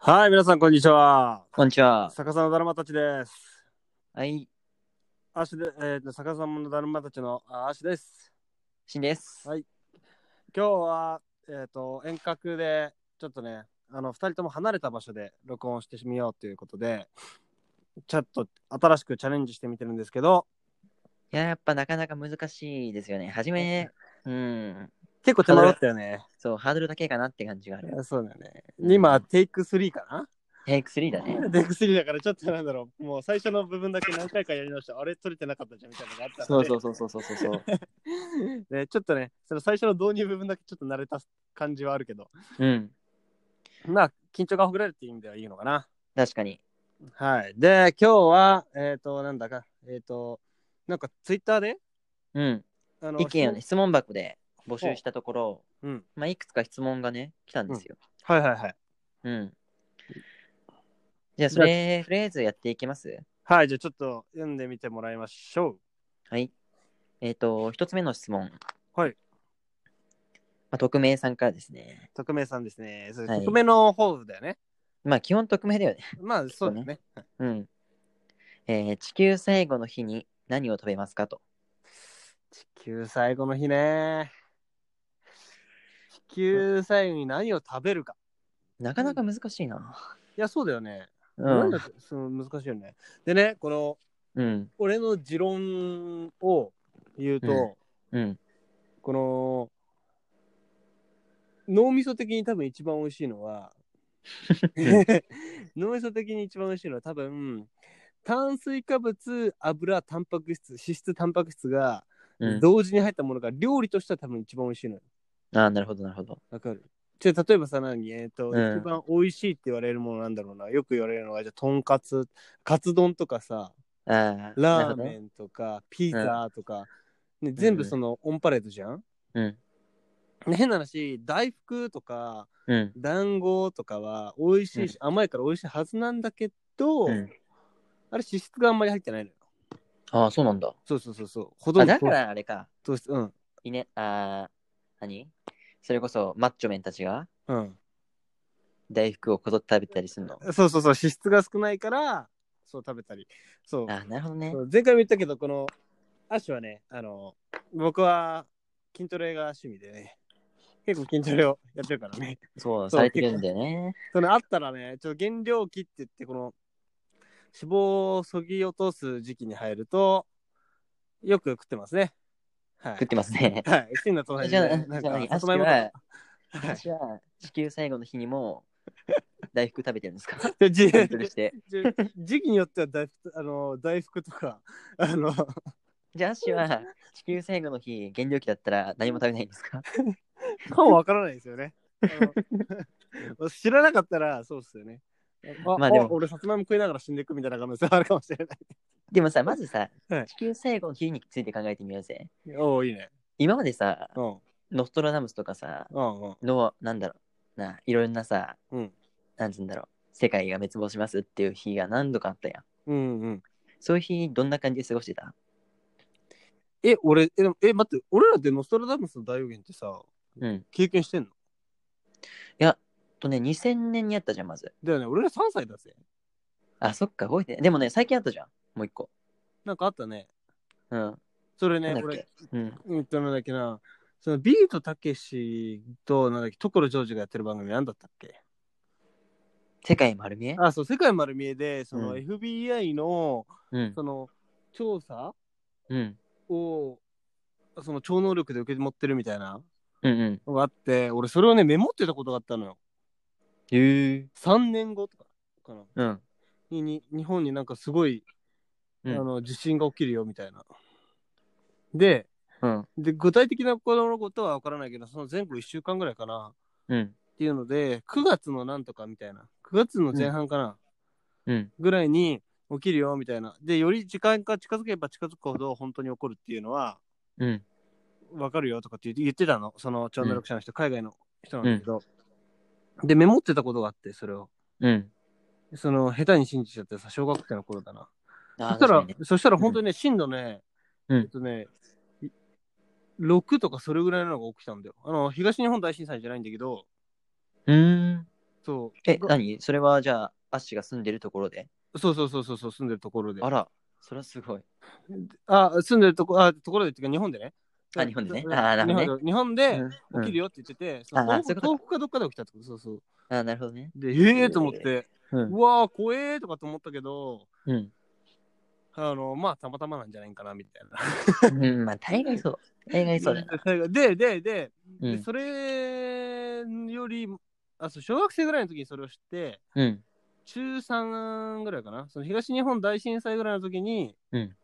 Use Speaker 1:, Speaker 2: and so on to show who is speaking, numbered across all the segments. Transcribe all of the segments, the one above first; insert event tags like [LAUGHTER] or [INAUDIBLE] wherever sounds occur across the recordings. Speaker 1: はい、皆さん、こんにちは。
Speaker 2: こんにちは。
Speaker 1: 逆さのだるまたちです。
Speaker 2: はい、
Speaker 1: アシで、えっ、と、逆さのだるまたちのあアシです。
Speaker 2: しんです。
Speaker 1: はい今日は、えっ、と、遠隔で、ちょっとね、あの、二人とも離れた場所で録音してみようということで、ちょっと新しくチャレンジしてみてるんですけど、
Speaker 2: いや、やっぱなかなか難しいですよね。はじめ、うん、
Speaker 1: 結構手間だったよね。
Speaker 2: そう、ハードルだけかなって感じがある。
Speaker 1: そうだよね。今、テイク3かな
Speaker 2: テイク3だね。
Speaker 1: テイク3だから、ちょっとなんだろう、もう最初の部分だけ何回かやり直して、あれ取れてなかったじゃんみたいなのがあった
Speaker 2: そ
Speaker 1: の
Speaker 2: う
Speaker 1: で
Speaker 2: そうそうそうそうそう。
Speaker 1: [LAUGHS] ね、ちょっとね、その最初の導入部分だけちょっと慣れた感じはあるけど、
Speaker 2: うん、
Speaker 1: まあ、緊張がほぐれるっていう意味ではいいのかな。
Speaker 2: 確かに。
Speaker 1: はい。で、今日は、えっ、と、なんだか、えっ、と、なんかツイッターで、
Speaker 2: うん。
Speaker 1: あの
Speaker 2: 意見をね、質問箱で募集したところ、
Speaker 1: うん。
Speaker 2: まあ、いくつか質問がね、来たんですよ。
Speaker 1: はいはいはい。
Speaker 2: うん。じゃあ、それ、フレーズやっていきます
Speaker 1: はい、じゃあちょっと読んでみてもらいましょう。
Speaker 2: はい。えっ、と、一つ目の質問。
Speaker 1: はい。
Speaker 2: まあ、匿名さんからですね。
Speaker 1: 匿名さんですね。そう
Speaker 2: はい
Speaker 1: 匿名の方だよね。
Speaker 2: まあ、基本匿名だよね。
Speaker 1: まあ、そうだね。
Speaker 2: うん。えー地球最後の日に何を食べますかと。
Speaker 1: 地球最後の日ね。地球最後に何を食べるか。
Speaker 2: なかなか難しいな。
Speaker 1: いや、そうだよね。
Speaker 2: う
Speaker 1: なん
Speaker 2: ん
Speaker 1: だ。その難しいよね。でね、この、
Speaker 2: うん。
Speaker 1: 俺の持論を言うと、
Speaker 2: うんうん。
Speaker 1: この脳みそ的に多分一番美味しいの
Speaker 2: [LAUGHS]
Speaker 1: は脳みそ的に一番美味しいのは多分炭水化物油タンパク質脂質タンパク質が
Speaker 2: うん、
Speaker 1: 同時に入ったものが料理としては多分一番美味しいのよ
Speaker 2: ああ、なるほど、なるほど。
Speaker 1: わかるじゃあ例えばさ何えっ、と、
Speaker 2: うん
Speaker 1: 一番美味しいって言われるものなんだろうなよく言われるのがじゃあとんかつカツ丼とかさ、
Speaker 2: ああ、なる
Speaker 1: ラ
Speaker 2: ほ
Speaker 1: ー
Speaker 2: ど
Speaker 1: メ
Speaker 2: ね。
Speaker 1: ンとか、ピザとか、ね、全部そのオンパレードじゃん、
Speaker 2: うん。
Speaker 1: ね変な話、大福とか、
Speaker 2: うん。
Speaker 1: 団子とかは美味しいし、甘いから美味しいはずなんだけど、
Speaker 2: うん、
Speaker 1: あれ脂質があんまり入ってないのよ。
Speaker 2: ああ、そうなんだ。
Speaker 1: そうそうそうそう。ほと
Speaker 2: あ
Speaker 1: んど
Speaker 2: だからあれか。
Speaker 1: 糖質、うん。
Speaker 2: いね、ああ、何それこそマッチョメンたちが
Speaker 1: うん。
Speaker 2: 大福をこぞって食べたりするの。
Speaker 1: そうそうそう、脂質が少ないから、そう食べたり。そう。
Speaker 2: ああ、なるほどね
Speaker 1: そ。う前回も言ったけど、この、アッシュはね、あの、僕は筋トレが趣味でね、結構筋トレをやってるからね。
Speaker 2: そう、
Speaker 1: そう
Speaker 2: されてるんだよね。
Speaker 1: それあったらね、ちょっと減量期って言って、この脂肪をそぎ落とす時期に入ると、よく食ってますね。は
Speaker 2: 食っ
Speaker 1: い。
Speaker 2: てますね。
Speaker 1: はい。シンナと同じ
Speaker 2: じゃあ、
Speaker 1: で、なん
Speaker 2: じゃあ
Speaker 1: か、
Speaker 2: 何、
Speaker 1: さつまいも
Speaker 2: 足は
Speaker 1: とか。はい
Speaker 2: 私は地球最後の日にも大福食べてるんですか
Speaker 1: でじ
Speaker 2: 筋トレして。
Speaker 1: じ時期によっては大福あの大福とか、あの、
Speaker 2: じゃあ、アッシュは地球最後の日、減量期だったら何も食べないんです
Speaker 1: [LAUGHS]
Speaker 2: か
Speaker 1: かもわからないですよね。あの [LAUGHS] 知らなかったら、そうっすよね。あ、
Speaker 2: まあ
Speaker 1: で
Speaker 2: でも
Speaker 1: も俺、さつまいも食いながら死んでいくみたいな可能性あるかもしれな
Speaker 2: でもさ、まずさ、
Speaker 1: はい
Speaker 2: 地球最後の日について考えてみようぜ。
Speaker 1: い。おお、いいね。
Speaker 2: 今までさ、
Speaker 1: うん、うん、
Speaker 2: ノストラダムスとかさ、
Speaker 1: うん。
Speaker 2: の、なんだろう、な、いろんなさ、
Speaker 1: うん
Speaker 2: なんつうんだろう、世界が滅亡しますっていう日が何度かあったやん。
Speaker 1: うん、うん。
Speaker 2: そういう日、どんな感じで過ごしてた
Speaker 1: え、俺、え、でもえ、待って、俺らってノストラダムスの大予言ってさ、
Speaker 2: うん。い
Speaker 1: 経験してんの
Speaker 2: や、とね、2000年にあったじゃん、まず。
Speaker 1: だよね、俺ら3歳だぜ。
Speaker 2: あ、そっか、動いてない。でもね、最近あったじゃん、もう一個。
Speaker 1: なんかあったね。
Speaker 2: うん。
Speaker 1: それね
Speaker 2: なん、だっ
Speaker 1: 俺
Speaker 2: け、うん。
Speaker 1: うんと、なんだっけな、そのビートたけしと、なんだっけ、所ジョージがやってる番組なんだったっけ
Speaker 2: 世界丸見え
Speaker 1: あ、そう、世界丸見えで、その
Speaker 2: うん
Speaker 1: FBI の、
Speaker 2: うん。
Speaker 1: その、調査
Speaker 2: うん。
Speaker 1: を、その超能力で受け持ってるみたいな
Speaker 2: うんうん。
Speaker 1: のがあって、俺、それをね、メモってたことがあったのよ。
Speaker 2: へえ。
Speaker 1: 3年後とかかな。
Speaker 2: うん。
Speaker 1: にに日本になんかすごい、
Speaker 2: うん
Speaker 1: あの地震が起きるよみたいな。で
Speaker 2: うん。
Speaker 1: で具体的なこのことは分からないけどその前後1週間ぐらいかな
Speaker 2: うん。
Speaker 1: っていうので9月のなんとかみたいな9月の前半かな、
Speaker 2: うん。
Speaker 1: ぐらいに起きるよみたいなでより時間が近づけば近づくほど本当に起こるっていうのは
Speaker 2: うん。
Speaker 1: 分かるよとかって言って言ってたのその超能力者の人、海外の人なんだけど、でメモってたことがあってそれを
Speaker 2: うん。
Speaker 1: その下手に信じちゃってさ小学生の頃だな
Speaker 2: あ
Speaker 1: そ
Speaker 2: あ、
Speaker 1: したら、
Speaker 2: 確かにね
Speaker 1: そしたら本当にね、震度ね、
Speaker 2: うん
Speaker 1: えっとね、い6とかそれぐらいなのが起きたんだよ。あの、東日本大震災じゃないんだけど、
Speaker 2: うーん。
Speaker 1: そ
Speaker 2: え、何それはじゃあ、アッシュが住んでるところで。
Speaker 1: そうそうそうそうそう、住んでるところで。
Speaker 2: あら、それはすごい。
Speaker 1: あ、住んでるとこ、あ、ところでっていうか、日本でね。
Speaker 2: あ日本でね
Speaker 1: うん
Speaker 2: あーなるほどね
Speaker 1: 日本で日本で
Speaker 2: うん
Speaker 1: 起きるよって言ってて、そ
Speaker 2: あー
Speaker 1: の東
Speaker 2: そういう
Speaker 1: 北東北
Speaker 2: こと
Speaker 1: かどっかで起きたってことそうそう。
Speaker 2: うんあ、なるほどね。
Speaker 1: で、ええー、と思って、
Speaker 2: うん
Speaker 1: うわー、怖えーとかと思ったけど、
Speaker 2: うん。
Speaker 1: あの、まあ、たまたまなんじゃないかな、みたいな。
Speaker 2: うん、まあ、大概そう。大概そうだ
Speaker 1: [LAUGHS]
Speaker 2: な。
Speaker 1: で、で、で、
Speaker 2: う
Speaker 1: で
Speaker 2: ん。
Speaker 1: それより、あ、そう、小学生ぐらいの時にそれを知って、
Speaker 2: うん。
Speaker 1: 中3ぐらいかな、その東日本大震災ぐらいの時に、
Speaker 2: うん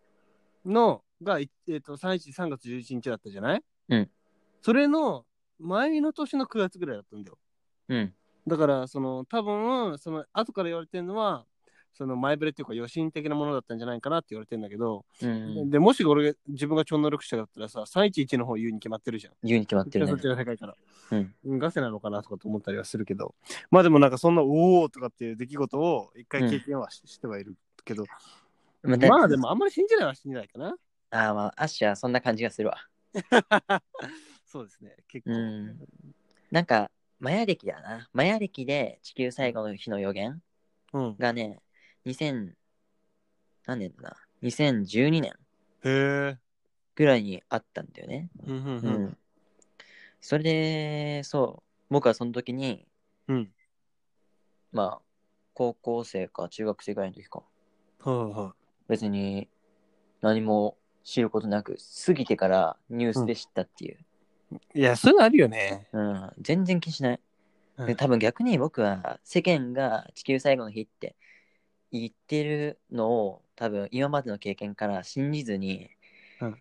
Speaker 1: のが、いえっと 3, 3月11日だったじゃない
Speaker 2: うん
Speaker 1: それの前の年の9月ぐらいだったんだよ。
Speaker 2: うん。
Speaker 1: だから、その多分その後から言われてるのは、その前触れっていうか余震的なものだったんじゃないかなって言われてんだけど、
Speaker 2: うん。
Speaker 1: でもし俺自分が超能力者だったらさ311の方言うに決まってるじゃん。
Speaker 2: 言うに決まってる
Speaker 1: そっ
Speaker 2: ね
Speaker 1: ち。の世界から。
Speaker 2: うん
Speaker 1: ガセなのかなとかと思ったりはするけど、まあでもなんかそんな、おおとかっていう出来事を一回経験はし,、てはいるけど、
Speaker 2: まあだ
Speaker 1: まあでもあんまり信じないは信じないか
Speaker 2: [LAUGHS]
Speaker 1: な。
Speaker 2: あーまあ、アッシュはそんな感じがするわ。
Speaker 1: そうですね、結構。
Speaker 2: うん。なんか、マヤ歴だな。マヤ歴で地球最後の日の予言
Speaker 1: うん
Speaker 2: がね、2000、何年だな。2012年
Speaker 1: へえ。
Speaker 2: ぐらいにあったんだよね。
Speaker 1: うんうん
Speaker 2: う
Speaker 1: うん
Speaker 2: ん。それで、そう、僕はその時に、
Speaker 1: うん。
Speaker 2: まあ、高校生か中学生ぐらいの時か、
Speaker 1: はいは
Speaker 2: 別に何も知ることなく、過ぎてからニュースで知ったっていう。
Speaker 1: い。いや、そういうのあるよね。
Speaker 2: うん、全然気にしない。
Speaker 1: うん
Speaker 2: で多分逆に僕は世間が地球最後の日って言ってるのを多分今までの経験から信じずに、
Speaker 1: うん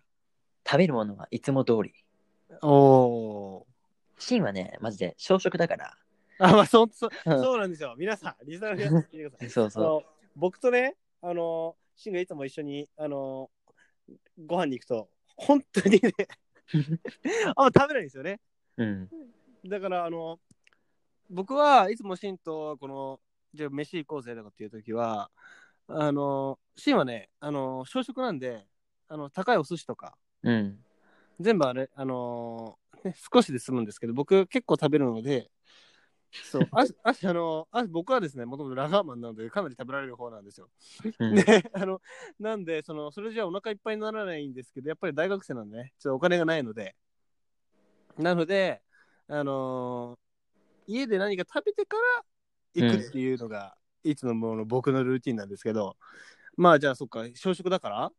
Speaker 2: 食べるものはいつも通り
Speaker 1: おお。
Speaker 2: シーンはねマジで小食だから
Speaker 1: あ、まあそそ、
Speaker 2: うん
Speaker 1: そうなんですよ。皆さん、リスナーの皆さん、聞いてください。
Speaker 2: そう
Speaker 1: あ
Speaker 2: そ
Speaker 1: の僕とね、あの、シンがいつも一緒に、あの、ご飯に行くと、本当にね、あんま食べないんですよね。
Speaker 2: ううん
Speaker 1: だから、あの、僕はいつもシンと、この、じゃあ飯行こうぜとかっていう時は、あの、シンはね、あの、小食なんで、あの、高いお寿司とか、
Speaker 2: うん
Speaker 1: 全部あれ、あのーね、少しで済むんですけど、僕結構食べるので、そう、あし、あし、あのーあし、僕はですね、もともとラガーマンなので、かなり食べられる方なんですよ。
Speaker 2: うん
Speaker 1: で、 [LAUGHS] あの、なんで、その、それじゃお腹いっぱいにならないんですけど、やっぱり大学生なんでね、ちょっとお金がないので、なので、あのー家で何か食べてから行くっていうのが、いつのもの僕のルーティンなんですけど、まあじゃあそっか、小食だか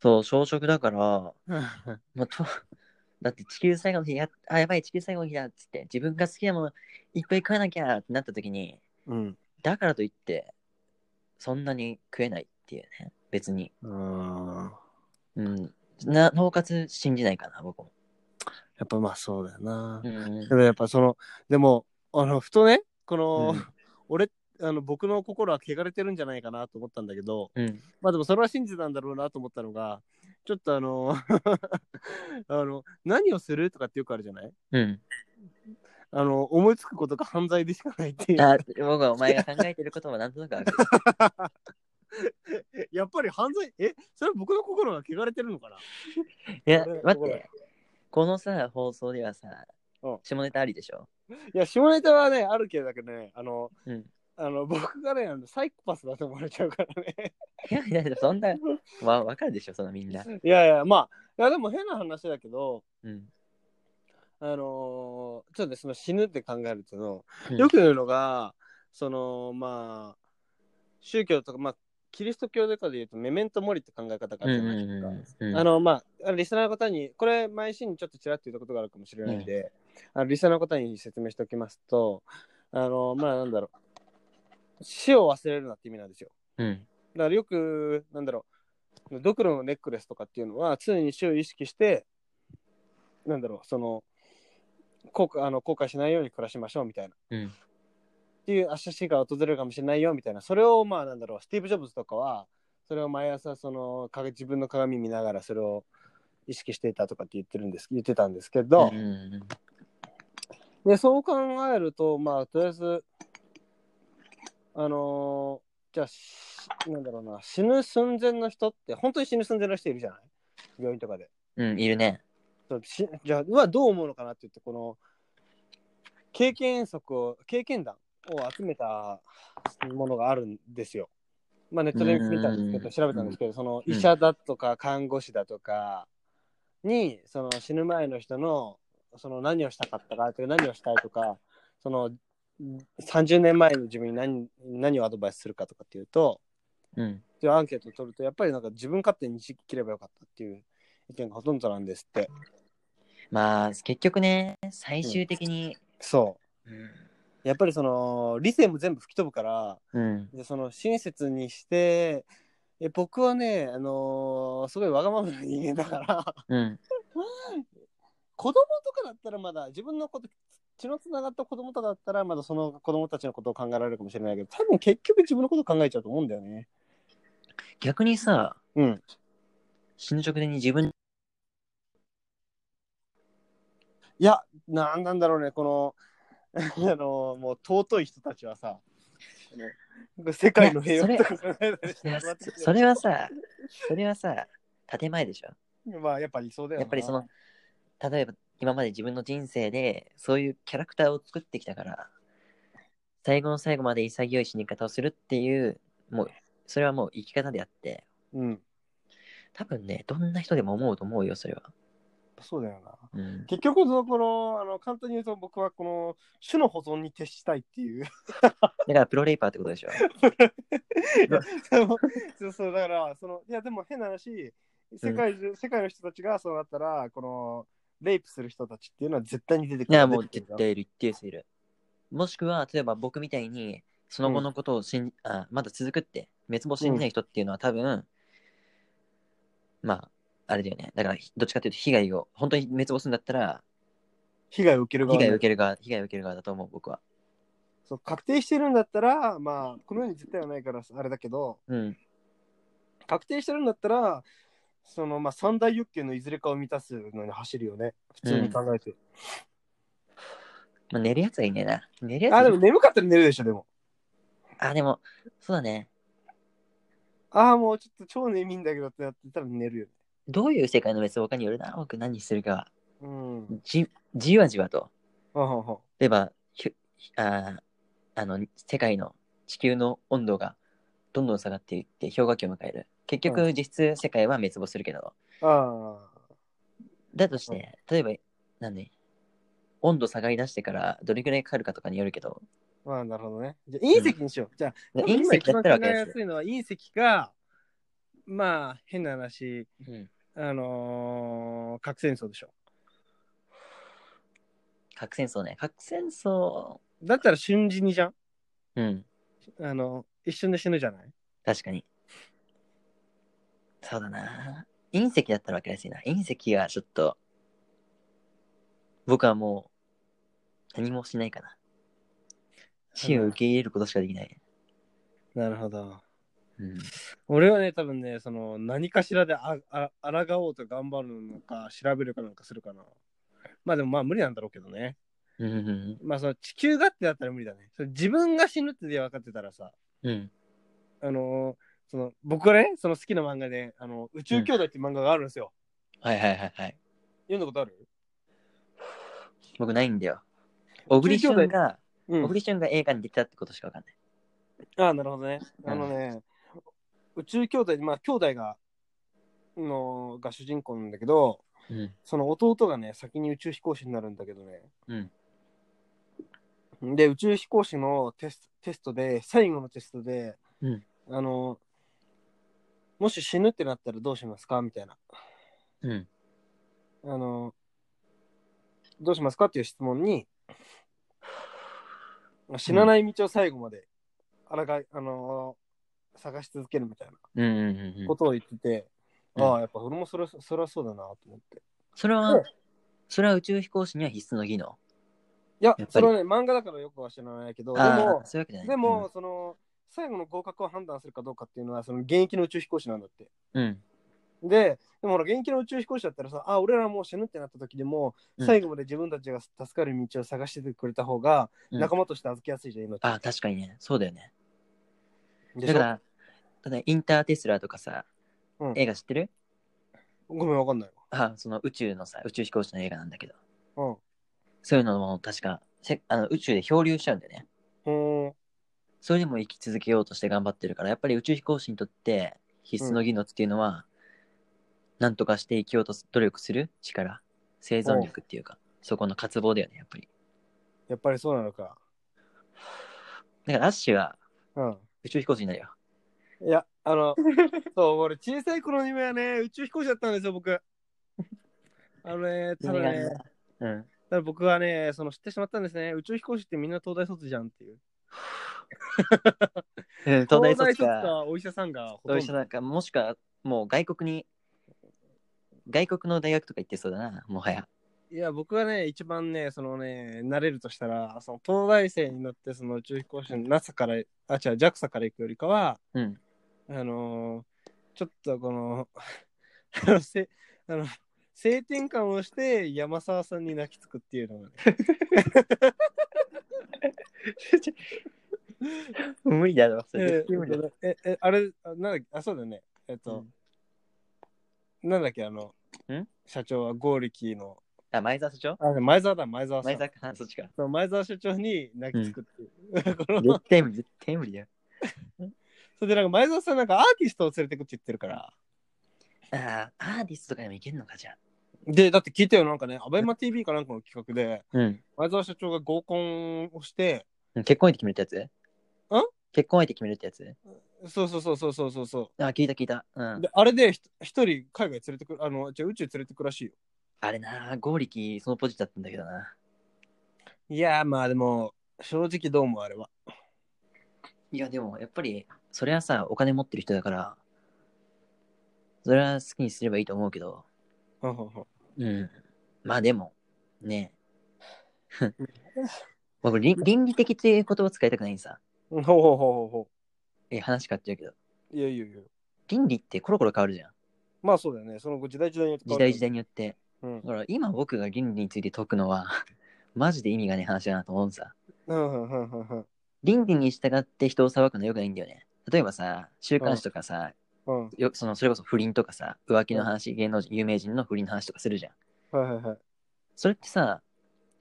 Speaker 2: そう小食だから、ま
Speaker 1: [LAUGHS] ら
Speaker 2: あ、と [LAUGHS] だって地球最後の日やあやばい地球最後の日だっつって自分が好きなものいっぱい食わなきゃってなった時に
Speaker 1: うん。
Speaker 2: だからといってそんなに食えないっていうね別に
Speaker 1: うん。
Speaker 2: うん。な、なおかつ信じないかな、僕も。
Speaker 1: やっぱまあそうだよな。
Speaker 2: うん。
Speaker 1: だからやっぱその、でも、あの、ふとね、この、
Speaker 2: うん
Speaker 1: [LAUGHS] 俺、あの僕の心は汚れてるんじゃないかなと思ったんだけど、
Speaker 2: うん。
Speaker 1: まあでもそれは信じたんだろうなと思ったのが、ちょっとあの、 [LAUGHS] あの、何をするとかってよくあるじゃない
Speaker 2: うん。
Speaker 1: あの、思いつくことが犯罪でしかないっていう。
Speaker 2: あ、僕はお前が考えてることもなんとな
Speaker 1: [LAUGHS]
Speaker 2: くわかる。
Speaker 1: やっぱり犯罪、え、それは僕の心が汚れてるのかない
Speaker 2: や
Speaker 1: 俺、
Speaker 2: 待っ
Speaker 1: 俺
Speaker 2: て。このさ、放送ではさ
Speaker 1: うん、
Speaker 2: 下ネタありでしょ
Speaker 1: いや、下ネタはね、あるけどだけどね、あの、
Speaker 2: うん。
Speaker 1: あの僕がね、あのサイコパスだと思われちゃうからね。
Speaker 2: いやいや、そんな、わ、わかるでしょ、そのみん
Speaker 1: [LAUGHS]
Speaker 2: な。
Speaker 1: いやいや、まあ、いやでも変な話だけど、
Speaker 2: うん。
Speaker 1: あのーちょっとね、その死ぬって考えると、
Speaker 2: うん
Speaker 1: よく言うのが、その、まあ、宗教とか、まあ、キリスト教とかで言うと、メメントモリって考え方があ
Speaker 2: うん
Speaker 1: る
Speaker 2: う
Speaker 1: じゃないですか。
Speaker 2: んうん。
Speaker 1: あの、まあ、リスナーの方に、これ、毎シーンにちょっとちらっと言ったことがあるかもしれないんで、あのリスナーの方に説明しておきますと、あの、まあ、なんだろう、死を忘れるなって意味なんですよ。
Speaker 2: うん。
Speaker 1: だからよく、なんだろう、ドクロのネックレスとかっていうのは、常に死を意識して、なんだろう、その、後悔あの後悔しないように暮らしましょうみたいな。
Speaker 2: うん
Speaker 1: っていう、明日死が訪れるかもしれないよみたいな。それを、まあ、なんだろう、スティーブ・ジョブズとかは、それを毎朝、その、鏡自分の鏡見ながら、それを意識していたとかって言ってるんです、言ってたんですけど、
Speaker 2: うん
Speaker 1: で、そう考えると、まあ、とりあえず、あのーじゃあし、なんだろうな、死ぬ寸前の人って、本当に死ぬ寸前の人いるじゃない病院とかで。
Speaker 2: うん、いるね。
Speaker 1: そうしじゃあ、うわどう思うのかなって言って、この、経験則を、経験談、を集めたものがあるんですよ。まあ、ネットで見たんですけ
Speaker 2: うん
Speaker 1: ど、調べたんですけど、その医者だとか看護師だとかに、その死ぬ前の人のその何をしたかったか、何をしたいとか、その30年前の自分に何何をアドバイスするかとかっていうと、
Speaker 2: うん。
Speaker 1: っていうアンケートを取ると、やっぱりなんか自分勝手に切ればよかったっていう意見がほとんどなんですって。
Speaker 2: まあ、結局ね、最終的に、
Speaker 1: そう。
Speaker 2: うん。
Speaker 1: やっぱりその理性も全部吹き飛ぶから
Speaker 2: うん。
Speaker 1: でその親切にしてえ僕はね、あのーすごいわがままな人間だから [LAUGHS]
Speaker 2: うん。
Speaker 1: 子供とかだったらまだ自分のこと血のつながった子供とかだったらまだその子供たちのことを考えられるかもしれないけど多分結局自分のこと考えちゃうと思うんだよね。
Speaker 2: 逆にさ、
Speaker 1: うん。
Speaker 2: 死ぬ直前に自分、
Speaker 1: いやなんなんだろうねこの [LAUGHS] あのーもう尊い人たちはさあの世界の平和とか考えたりして
Speaker 2: いや
Speaker 1: 亡くなってくる
Speaker 2: それはさ、それはさ、建前でしょ。
Speaker 1: まあやっぱりそうだよな
Speaker 2: やっぱりその、例えば今まで自分の人生でそういうキャラクターを作ってきたから、最後の最後まで潔い死に方をするっていう、もう、それはもう生き方であって、
Speaker 1: うん
Speaker 2: 多分ね、どんな人でも思うと思うよ、それは。
Speaker 1: そうだよな。
Speaker 2: うん。
Speaker 1: 結局そのこのあの簡単に言うと僕はこの種の保存に徹したいっていう
Speaker 2: [LAUGHS] だからプロレイパーってことでしょ。
Speaker 1: そうそうだからそのいやでも変な話世界中、世界の人たちがそうなったらこのレイプする人たちっていうのは絶対に出てく
Speaker 2: い
Speaker 1: る
Speaker 2: や、もう
Speaker 1: 出て
Speaker 2: 絶
Speaker 1: くる
Speaker 2: 対いる、一定数いる。もしくは、例えば僕みたいに、その後のことを信じ、あまだ続くって、滅亡信じない人っていうのは多分、まあ、あれだよね。だから、どっちかというと、被害を、本当に滅亡するんだったら、
Speaker 1: 被害を受ける
Speaker 2: 被
Speaker 1: 側
Speaker 2: 害を受ける側、被害を受ける側だと思う、僕は。
Speaker 1: そう確定してるんだったらまあこの世に絶対はないからあれだけど
Speaker 2: うん。
Speaker 1: 確定してるんだったらそのまあ三大欲求のいずれかを満たすのに走るよね普通に考えて、
Speaker 2: まあ、寝るやつはいねえな。寝るやつ
Speaker 1: あ
Speaker 2: はい
Speaker 1: で
Speaker 2: ね
Speaker 1: も眠かったら寝るでしょでも
Speaker 2: あ、でも、そうだね。
Speaker 1: ああもうちょっと超眠いんだけどってやってたら寝るよね
Speaker 2: どういう世界の滅亡かによるな、僕何するかは。
Speaker 1: うん
Speaker 2: じ、じわじわと。
Speaker 1: ほうほうほ
Speaker 2: 例えば、ひゅひあーあの世界の地球の温度がどんどん下がっていって氷河期を迎える。結
Speaker 1: う
Speaker 2: 局、実質世界は滅亡するけど、
Speaker 1: うあ
Speaker 2: だとして、例えば、何温度下がり出してからどれぐらいかかるかとかによるけど、
Speaker 1: あ、まあなるほどね。じゃあ隕石にしよう。じゃあ、
Speaker 2: 隕
Speaker 1: 今
Speaker 2: 石だったらわけ
Speaker 1: 一番考え
Speaker 2: で
Speaker 1: や
Speaker 2: す
Speaker 1: すいのは隕石が、まあ変な話、
Speaker 2: よ。うん
Speaker 1: あのー核戦争でしょ。
Speaker 2: 核戦争ね。核戦争、
Speaker 1: だったら瞬時にじゃん
Speaker 2: うん、
Speaker 1: あの、一瞬で死ぬじゃない
Speaker 2: 確かに。そうだな。隕石だったらわけですいな。隕石がちょっと、僕はもう、何もしないかな。死を受け入れることしかできない。
Speaker 1: なるほど。
Speaker 2: うん。
Speaker 1: 俺はね、多分ね、その、何かしらであ、あ、抗おうと頑張るのか、調べるかなんかするかな。まあでもまあ無理なんだろうけどね。
Speaker 2: うん。
Speaker 1: まあその地球がってだったら無理だね。それ自分が死ぬって分かってたらさ、
Speaker 2: うん。
Speaker 1: あのーその僕がね、その好きな漫画で、あの宇宙兄弟って漫画があるんですよ。
Speaker 2: はいはいはいはい。
Speaker 1: 読んだことある
Speaker 2: 僕ないんだよ。小栗旬が、
Speaker 1: う
Speaker 2: 小栗旬が映画に出たってことしかわかんない。
Speaker 1: ああ、なるほどね。
Speaker 2: うん
Speaker 1: あのね、宇宙兄弟で、まあ、兄弟が、のが主人公なんだけど、
Speaker 2: うん。
Speaker 1: その弟がね、先に宇宙飛行士になるんだけどね。
Speaker 2: うん。
Speaker 1: で、宇宙飛行士のテステストで、最後のテストで、
Speaker 2: うん
Speaker 1: あのもし死ぬってなったらどうしますかみたいな。
Speaker 2: うん。
Speaker 1: あの、どうしますかっていう質問に、死なない道を最後まで、あらがい、あのー探し続けるみたいな
Speaker 2: うんうんうんう
Speaker 1: こ
Speaker 2: ん。
Speaker 1: とを言ってて、
Speaker 2: うん
Speaker 1: ああ、やっぱ俺もそれそれはそうだなと思って。
Speaker 2: それは、それは宇宙飛行士には必須の技能。
Speaker 1: いや
Speaker 2: やっぱり、
Speaker 1: それはね、漫画だからよくは知らないけど、で
Speaker 2: あ
Speaker 1: も
Speaker 2: あ、、そういうわけじゃない。
Speaker 1: でも、、その、最後の合格を判断するかどうかっていうのは、その現役の宇宙飛行士なんだって。
Speaker 2: うん。
Speaker 1: で、でもほら、現役の宇宙飛行士だったらさ、あ、俺らもう死ぬってなった時でも、
Speaker 2: うん
Speaker 1: 最後まで自分たちが助かる道を探しててくれた方が、
Speaker 2: うん
Speaker 1: 仲間として預けやすいじゃん、命。
Speaker 2: ああ、確かにね。そうだよね。
Speaker 1: でしょ
Speaker 2: だから、ただインターテスラとかさ、
Speaker 1: うん
Speaker 2: 映画知ってる
Speaker 1: ごめん、わかんない
Speaker 2: あその宇宙のさ、宇宙飛行士の映画なんだけど、
Speaker 1: わ。
Speaker 2: そういうのも確か、せあの宇宙で漂流しちゃうんだよね。
Speaker 1: うん。う
Speaker 2: それでも生き続けようとして頑張ってるから、やっぱり宇宙飛行士にとって必須の技能っていうのは、なんとかして生きようとす努力する力、生存力っていうか、そこの渇望だよね、やっぱり。
Speaker 1: やっぱりそうなのか。
Speaker 2: だからアッシュは
Speaker 1: うん。
Speaker 2: 宇宙飛行士になるよ。
Speaker 1: いや、あ
Speaker 2: [LAUGHS]
Speaker 1: の、そう、俺、小さい頃の夢はね、宇宙飛行士だったんですよ、僕。あのね、ただ
Speaker 2: [LAUGHS] 夢
Speaker 1: ね
Speaker 2: がある、なうん。
Speaker 1: ただ僕はね、その知ってしまったんですね、宇宙飛行士ってみんな東大卒じゃんっていう。
Speaker 2: うん東大卒
Speaker 1: 東大
Speaker 2: か、
Speaker 1: かお医者さんがほ
Speaker 2: そ
Speaker 1: と
Speaker 2: うい
Speaker 1: ん
Speaker 2: う人
Speaker 1: ど。
Speaker 2: なんか、もしくはもう外国に、外国の大学とか行ってそうだな、もはや。
Speaker 1: いや、僕はね、一番ね、そのね、慣れるとしたら、その東大生になって、その宇宙飛行士の NASA から、あ、違う、JAXA から行くよりかは、
Speaker 2: うん。
Speaker 1: あのーちょっとこの、 [LAUGHS] あの、せあの性転換をして山沢さんに泣きつくっていうのがね、
Speaker 2: [LAUGHS] 無理だろ、それ。
Speaker 1: え
Speaker 2: 絶対無理だろ
Speaker 1: ええあれあなんだっけあそうだねえっと、なんだっけあの
Speaker 2: ん
Speaker 1: 社長はゴーリキーの
Speaker 2: あ、前澤社長
Speaker 1: あ前澤だ前澤さん
Speaker 2: 前澤か、そっちか。
Speaker 1: その前澤社長に泣きつくっていう、この
Speaker 2: [LAUGHS] 絶対無理、絶対無理だよ。
Speaker 1: それでなんか前澤さんなんかアーティストを連れてくって言ってるから
Speaker 2: ああ、アーティストとかでもいけんのか、じゃあ。
Speaker 1: でだって聞いたよなんかねアベマ t v かなんかの企画で
Speaker 2: うん。
Speaker 1: 前澤社長が合コンをして
Speaker 2: 結婚相手決めるってやつん結婚相手決めるってやつ
Speaker 1: そうそうそうそうそうそうそ
Speaker 2: あ、聞いた聞いた。う。
Speaker 1: うんであれでひ一人海外連れてくるあのじゃあ宇宙連れてくらしいよ
Speaker 2: あれな、ゴーリキ、そのポジだったんだけどな。
Speaker 1: いやーまあでも正直どうもあれはい
Speaker 2: や、でも、やっぱり、それはさ、お金持ってる人だから、それは好きにすればいいと思うけど、
Speaker 1: ほんほんほん
Speaker 2: うん。まあでも、
Speaker 1: [LAUGHS]
Speaker 2: ねえ。まあこれ倫倫理的っていう言葉使いたくないんさ。
Speaker 1: ほうほうほうほうほ
Speaker 2: え、話変わっちゃうけど、
Speaker 1: う。いやいやいや。
Speaker 2: 倫理ってコロコロ変わるじゃん。
Speaker 1: まあそうだよね。その後時代時代によって
Speaker 2: 時代時代
Speaker 1: に。
Speaker 2: によって。
Speaker 1: うん
Speaker 2: だ。から今僕が倫理について解くのは [LAUGHS] マジで意味がねえ話だなと思うんさ
Speaker 1: うんうんうんうんうん
Speaker 2: 倫理に従って人を裁くのよくないんだよね例えばさ週刊誌とかさ、
Speaker 1: うん。
Speaker 2: よそのそれこそ不倫とかさ浮気の話、芸能人有名人の不倫の話とかするじゃん
Speaker 1: はいはいはい。
Speaker 2: それってさ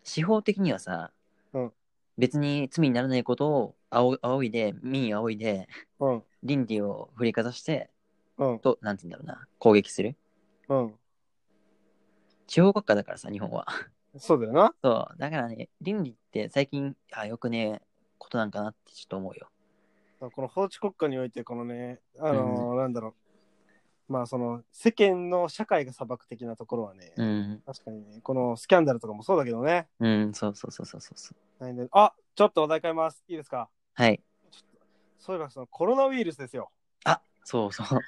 Speaker 2: 司法的にはさ、
Speaker 1: うん
Speaker 2: 別に罪にならないことを仰仰いで民意を仰いで
Speaker 1: うん
Speaker 2: 倫理を振りかざして
Speaker 1: うん
Speaker 2: となんて言うんだろうな攻撃する
Speaker 1: うん。
Speaker 2: 地方国家だからさ日本は [LAUGHS]
Speaker 1: そうだよな。
Speaker 2: そう、だからね、倫理って最近、あ、よくねえことなんかなってちょっと思うよ。
Speaker 1: この法治国家において、このね、あのーなんだろう。まあその世間の社会が砂漠的なところはね、
Speaker 2: うん、
Speaker 1: 確かにね、このスキャンダルとかもそうだけどね。
Speaker 2: うん、そうそうそうそうそうそう。
Speaker 1: ないんであちょっとお題変えます。いいですか
Speaker 2: はい。
Speaker 1: そういえばそのコロナウイルスですよ。
Speaker 2: あ、そうそう。来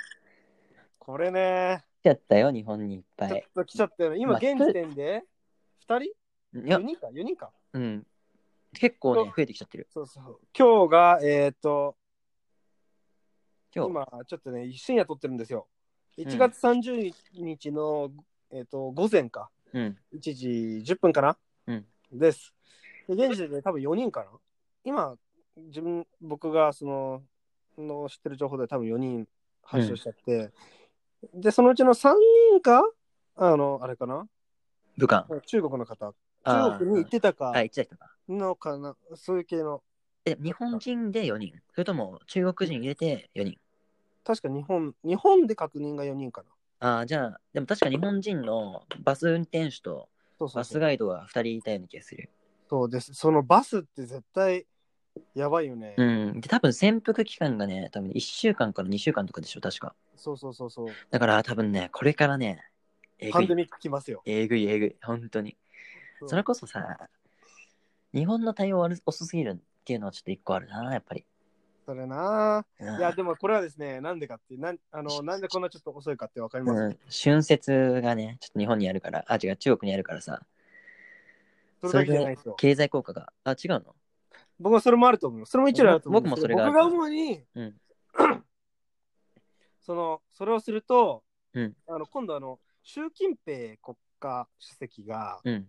Speaker 1: これね、
Speaker 2: ちゃったよ、日本にいっぱ
Speaker 1: ちょっ
Speaker 2: い。
Speaker 1: と来ちゃったよね。今
Speaker 2: まあ
Speaker 1: 現時点で2人
Speaker 2: い
Speaker 1: ?4
Speaker 2: や、
Speaker 1: 人か ?4 人か
Speaker 2: うん。結構ね、増えてきちゃってる。
Speaker 1: そうそう。今日が、えーっと、
Speaker 2: 今日、
Speaker 1: 今、ちょっとね、深夜撮ってるんですよ。
Speaker 2: ん
Speaker 1: 1月30日の、えーっと、午前か。
Speaker 2: うん。
Speaker 1: 1時10分かな、
Speaker 2: うん
Speaker 1: です。で、現時点で多分4人かな今、自分、僕が、その、の知ってる情報で多分4人発症しちゃって、で、そのうちの3人か、あの、あれかな
Speaker 2: 武漢。
Speaker 1: 中国の方。
Speaker 2: あ
Speaker 1: 中国に行ってたか
Speaker 2: あ、はい、行ってた人か。
Speaker 1: のかな、そういう系の。
Speaker 2: え、日本人で4人それとも中国人入れて4人
Speaker 1: 確か日本、日本で確認が4人かな。
Speaker 2: ああ、じゃあ、でも確か日本人のバス運転手と
Speaker 1: そうそう
Speaker 2: バ
Speaker 1: そ
Speaker 2: ス
Speaker 1: う。
Speaker 2: ガイドが2人いたような気がする。
Speaker 1: そうです。そのバスって絶対やばいよね。
Speaker 2: うん。で、多分潜伏期間がね、多分1週間から2週間とかでしょ、確か。
Speaker 1: そうそうそうそう。
Speaker 2: だから多分ね、これからね、え
Speaker 1: パ
Speaker 2: ぐ
Speaker 1: ンデ
Speaker 2: い、
Speaker 1: ミック来ますよ。
Speaker 2: えぐい、えぐい、本当に。
Speaker 1: そう
Speaker 2: それこそさ、日本の対応悪遅すぎるっていうのはちょっと一個あるな、やっぱり。
Speaker 1: それな
Speaker 2: うん
Speaker 1: あいや、でもこれはですね、なんでかって、なんあのなんでこんなちょっと遅いかってわかります、
Speaker 2: うん、春節がね、ちょっと日本にあるから、あ、違う、中国にあるからさ、
Speaker 1: それだけじゃないですよ。
Speaker 2: 経済効果が、あ、違うの
Speaker 1: 僕はそれもあると思う。それも一理あると思う。
Speaker 2: 僕もそれがある
Speaker 1: 僕が主に、
Speaker 2: うん
Speaker 1: [CLEARS THROAT] その、それをすると、
Speaker 2: うん
Speaker 1: あの今度あの、習近平国家主席が、
Speaker 2: うん。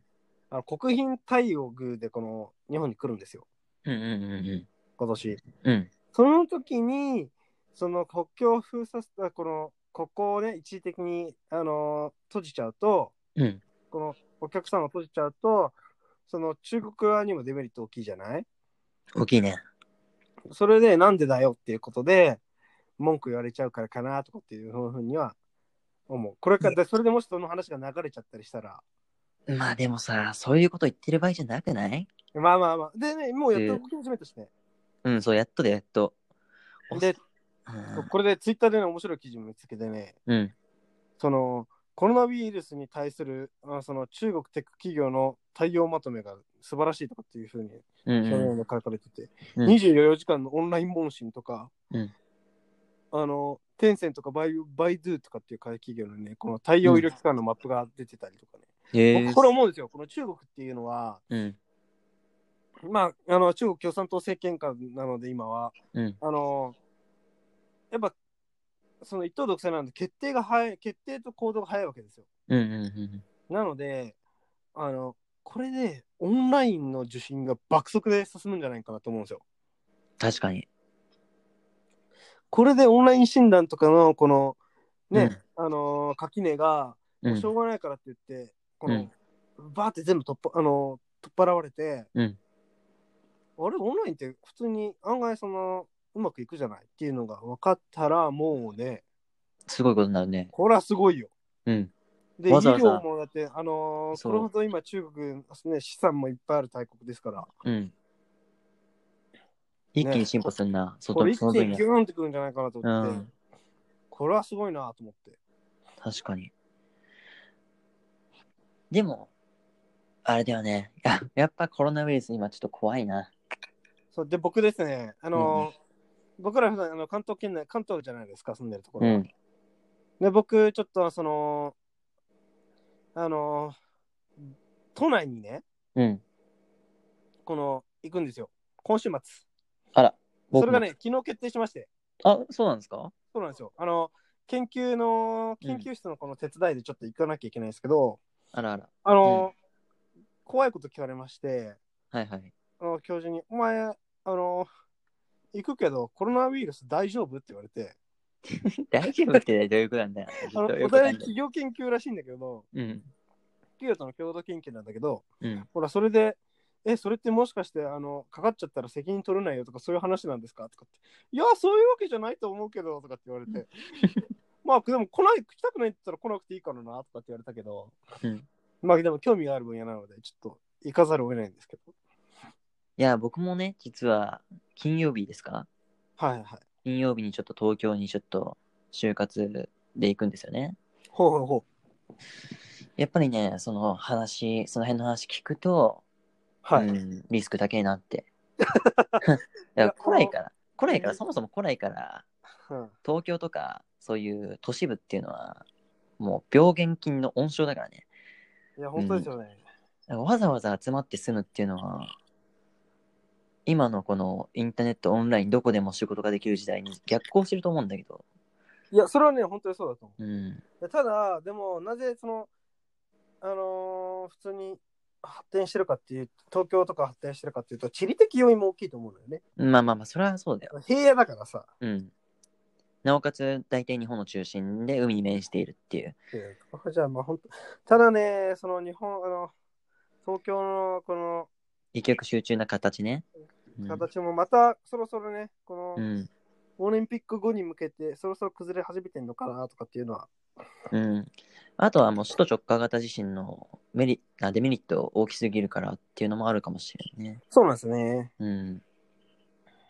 Speaker 1: あの国賓対応宮でこの日本に来るんですよ、
Speaker 2: うんうんうん
Speaker 1: 今年。
Speaker 2: うん。うん。
Speaker 1: その時に、その国境を封鎖した、この、ここをね、一時的に、あのー閉じちゃうと、
Speaker 2: うん。
Speaker 1: このお客さんを閉じちゃうと、その中国側にもデメリット大きいじゃない
Speaker 2: 大きいね。
Speaker 1: それで、なんでだよっていうことで、文句言われちゃうからかなとかっていうふうには思う。これから、でそれでもしその話が流れちゃったりしたら、
Speaker 2: まあでもさ、そういうこと言ってる場合じゃなくない
Speaker 1: まあまあまあ。でね、もうやっと動き始めたしね。
Speaker 2: うん、そう、やっとだよ、やっと。お
Speaker 1: で、
Speaker 2: うん
Speaker 1: これでツイッターでね、面白い記事も見つけてね、
Speaker 2: うん。
Speaker 1: そのコロナウイルスに対するあその中国テック企業の対応まとめが素晴らしいとかっていうふうに
Speaker 2: うん
Speaker 1: 表
Speaker 2: う
Speaker 1: 現で書かれてて、
Speaker 2: うん
Speaker 1: 24時間のオンライン問診とか、
Speaker 2: うん
Speaker 1: あのテンセントとかバイバイドゥとかっていう会企業のねこの対応医療機関のマップが出てたりとかね、
Speaker 2: ん。へえ
Speaker 1: 僕これ思うんですよこの中国っていうのは
Speaker 2: うん。
Speaker 1: まああの中国共産党政権下なので今は
Speaker 2: うん。
Speaker 1: あのやっぱその一党独裁なので決定が早い決定と行動が早いわけですよ
Speaker 2: うん。うん
Speaker 1: なので、あの、これでオンラインの受診が爆速で進むんじゃないかなと思うんですよ。
Speaker 2: 確かに。
Speaker 1: これでオンライン診断とかの、この、ね、あのー、垣根が、
Speaker 2: う
Speaker 1: もうんしょ。うがないからって言って、この、
Speaker 2: うん
Speaker 1: バーって全部突破、あのー、取っ払われて、
Speaker 2: うん
Speaker 1: あれ、オンラインって普通に案外その、うまくいくじゃないっていうのが分かったら、もうね、
Speaker 2: すごいことになるね。
Speaker 1: これはすごいよ。
Speaker 2: うん。
Speaker 1: で、
Speaker 2: わざわ
Speaker 1: 医
Speaker 2: ざ
Speaker 1: 療もだって、あのー
Speaker 2: そ
Speaker 1: こ
Speaker 2: う
Speaker 1: れほど今中国、ね、資産もいっぱいある大国ですから、
Speaker 2: うん。一気に進歩するな、そ
Speaker 1: これ
Speaker 2: の
Speaker 1: 一気
Speaker 2: その分
Speaker 1: にギ
Speaker 2: 野。
Speaker 1: ューンってくるんじゃないかなと
Speaker 2: う
Speaker 1: 思って、
Speaker 2: ん。
Speaker 1: これはすごいなと思って。
Speaker 2: 確かに。でも、あれだよね。ややっぱコロナウイルス今ちょっと怖いな。
Speaker 1: そうで、僕ですね、あのー僕ら普段あの関東圏内、関東じゃないですか、住んでるとこ
Speaker 2: う
Speaker 1: ろ。
Speaker 2: ん。
Speaker 1: で、僕、ちょっとその、あのー都内にね、
Speaker 2: うん。
Speaker 1: この、行くんですよ。今週末。
Speaker 2: あら、
Speaker 1: そ
Speaker 2: 僕
Speaker 1: れ
Speaker 2: も
Speaker 1: がね、昨日決定しまして、
Speaker 2: あ、そうなんですか
Speaker 1: そうなんですよ。あの、研究の、
Speaker 2: う
Speaker 1: 研
Speaker 2: ん
Speaker 1: 究室のこの手伝いでちょっと行かなきゃいけないんですけど、
Speaker 2: あらあら。
Speaker 1: あのー怖いこと聞かれまして、
Speaker 2: はいはい。 [LAUGHS]
Speaker 1: あの教授に、お前、あの、行くけど、コロナウイルス大丈夫って言われて、
Speaker 2: 大丈夫ってどういうことなんだよ。
Speaker 1: あの
Speaker 2: ちょっとよ
Speaker 1: お
Speaker 2: くわ
Speaker 1: 互い
Speaker 2: かんない
Speaker 1: 企業研究らしいんだけど、
Speaker 2: うん。
Speaker 1: 企業との共同研究なんだけど、
Speaker 2: うん。
Speaker 1: ほら、それで、え、それってもしかして、あの、かかっちゃったら責任取れないよとか、そういう話なんですかとかって、いや、そういうわけじゃないと思うけど、とかって言われて、まあ、でも来ない、来たくないって言ったら来なくていいからな、とかって言われたけど、
Speaker 2: うん
Speaker 1: まあ、でも興味がある分野なので、ちょっと行かざるを得ないんですけど、
Speaker 2: いや、僕もね、実は、金曜日ですか
Speaker 1: はいはいはい。
Speaker 2: 金曜日にちょっと東京にちょっと、就活で行くんですよね。
Speaker 1: ほうほうほう。
Speaker 2: やっぱりね、その話、その辺の話聞くと、
Speaker 1: はい。
Speaker 2: うん、リスク高いな
Speaker 1: [LAUGHS]
Speaker 2: って。 [LAUGHS] いや、来ないから、来ないから、そもそも来ないから、
Speaker 1: うん
Speaker 2: 東京とか、そういう都市部っていうのは、もう病原菌の温床だからね。
Speaker 1: いや、本当ですよね。
Speaker 2: だからわざわざ集まって住むっていうのは、今のこのインターネットオンラインどこでも仕事ができる時代に逆行してると思うんだけど、
Speaker 1: いや、それはね、本当にそうだと思う。
Speaker 2: うん、
Speaker 1: でただ、でも、なぜその、あのー普通に発展してるかっていう、東京とか発展してるかっていうと、地理的要因も大きいと思うのよね。
Speaker 2: まあまあまあ、それはそうだよ。
Speaker 1: 平野だからさ、
Speaker 2: うん。なおかつ、大体日本の中心で海に面しているっていう。
Speaker 1: えーじゃあ、まあ、本当、ただね、その日本、あの、東京のこの
Speaker 2: 一極集中な形ね。うん
Speaker 1: 形もまたそろそろね、こ
Speaker 2: う
Speaker 1: の
Speaker 2: ん。
Speaker 1: オリンピック後に向けて、そろそろ崩れ始めてんのかなとかっていうのは、
Speaker 2: うん。あとはもう首都直下型地震のメリあデメリット大きすぎるからっていうのもあるかもしれないね。
Speaker 1: そうなんですね。 [LAUGHS]
Speaker 2: うん。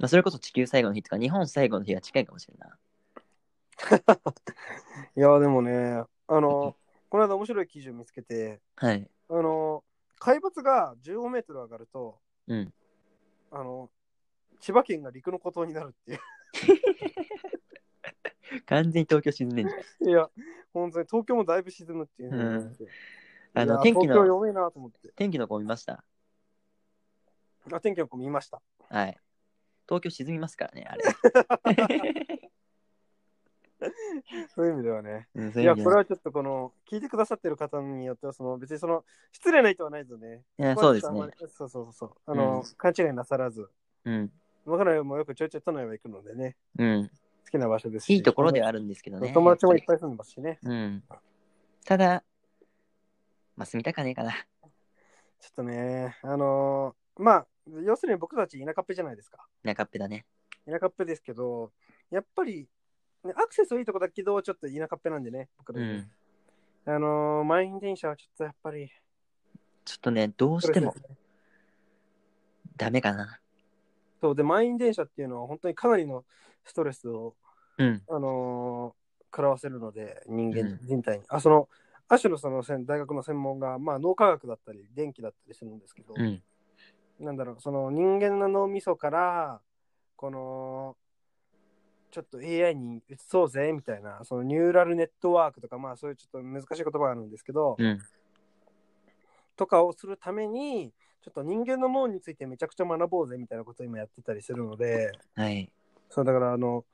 Speaker 2: まあ、それこそ地球最後の日とか日本最後の日が近いかもしれんない。
Speaker 1: いや、でもね、あの、
Speaker 2: [LAUGHS]
Speaker 1: この間面白い記事を見つけて、
Speaker 2: はい。
Speaker 1: あの海抜が15メートル上がると、
Speaker 2: うん
Speaker 1: あの千葉県が陸の孤島になるってい
Speaker 2: 完全に東京沈んでん
Speaker 1: [LAUGHS]
Speaker 2: じゃん。
Speaker 1: う。いや、本当に東京もだいぶ沈むっていうのを見て。
Speaker 2: あ
Speaker 1: いや
Speaker 2: の、天気
Speaker 1: 東京
Speaker 2: の、
Speaker 1: 読めなと思って。
Speaker 2: 天気の子見ました
Speaker 1: あ天気の子見ました。
Speaker 2: はい。東京沈みますからね、あれ。
Speaker 1: [LAUGHS] そういう意味ではね。
Speaker 2: うんそ
Speaker 1: いう
Speaker 2: いう意
Speaker 1: や、
Speaker 2: 味で
Speaker 1: これ
Speaker 2: は
Speaker 1: はちょっとこの、聞いてくださってる方によっては、その別にその、失礼な意図はないぞね。
Speaker 2: いやそうです
Speaker 1: これ。
Speaker 2: ね
Speaker 1: ちょっとあんまりそうそうそうそう。あの、勘違いなさらず、
Speaker 2: うん。
Speaker 1: 僕らもよくちょいちょい都内は行くのでね、
Speaker 2: うん。
Speaker 1: 好きな場所ですし。
Speaker 2: いいところではあるんですけどね。
Speaker 1: 友達もい
Speaker 2: や
Speaker 1: っ
Speaker 2: ぱ
Speaker 1: ぱい住んでますしね。
Speaker 2: りうん。ただ、まあ、住みたかねえかな。
Speaker 1: ちょっとね、あのーまあ、要するに僕たち田舎っぺじゃないですか。
Speaker 2: 中っぺだね。
Speaker 1: 田舎っぺですけど、やっぱり、ねアクセスはいいとこだけど、ちょっと田舎っぺなんでね、僕ら
Speaker 2: う
Speaker 1: ね
Speaker 2: ん。
Speaker 1: あのー満員電車はちょっとやっぱり、
Speaker 2: ちょっとね、どうしてもダメかな。
Speaker 1: そうで、満員電車っていうのは本当にかなりのストレスを、
Speaker 2: うん。
Speaker 1: あのー食らわせるので、人間、
Speaker 2: うん
Speaker 1: 人体に。あ、その、アシュのその専大学の専門が、まあ、脳科学だったり、電気だったりするんですけど、
Speaker 2: うん。
Speaker 1: なんだろう、その人間の脳みそから、この、ちょっと AI に移そうぜみたいな、そのニューラルネットワークとか、まあそういうちょっと難しい言葉があるんですけど、
Speaker 2: うん。
Speaker 1: とかをするために、ちょっと人間の脳についてめちゃくちゃ学ぼうぜみたいなことを今やってたりするので、
Speaker 2: はい。
Speaker 1: そうだからあの、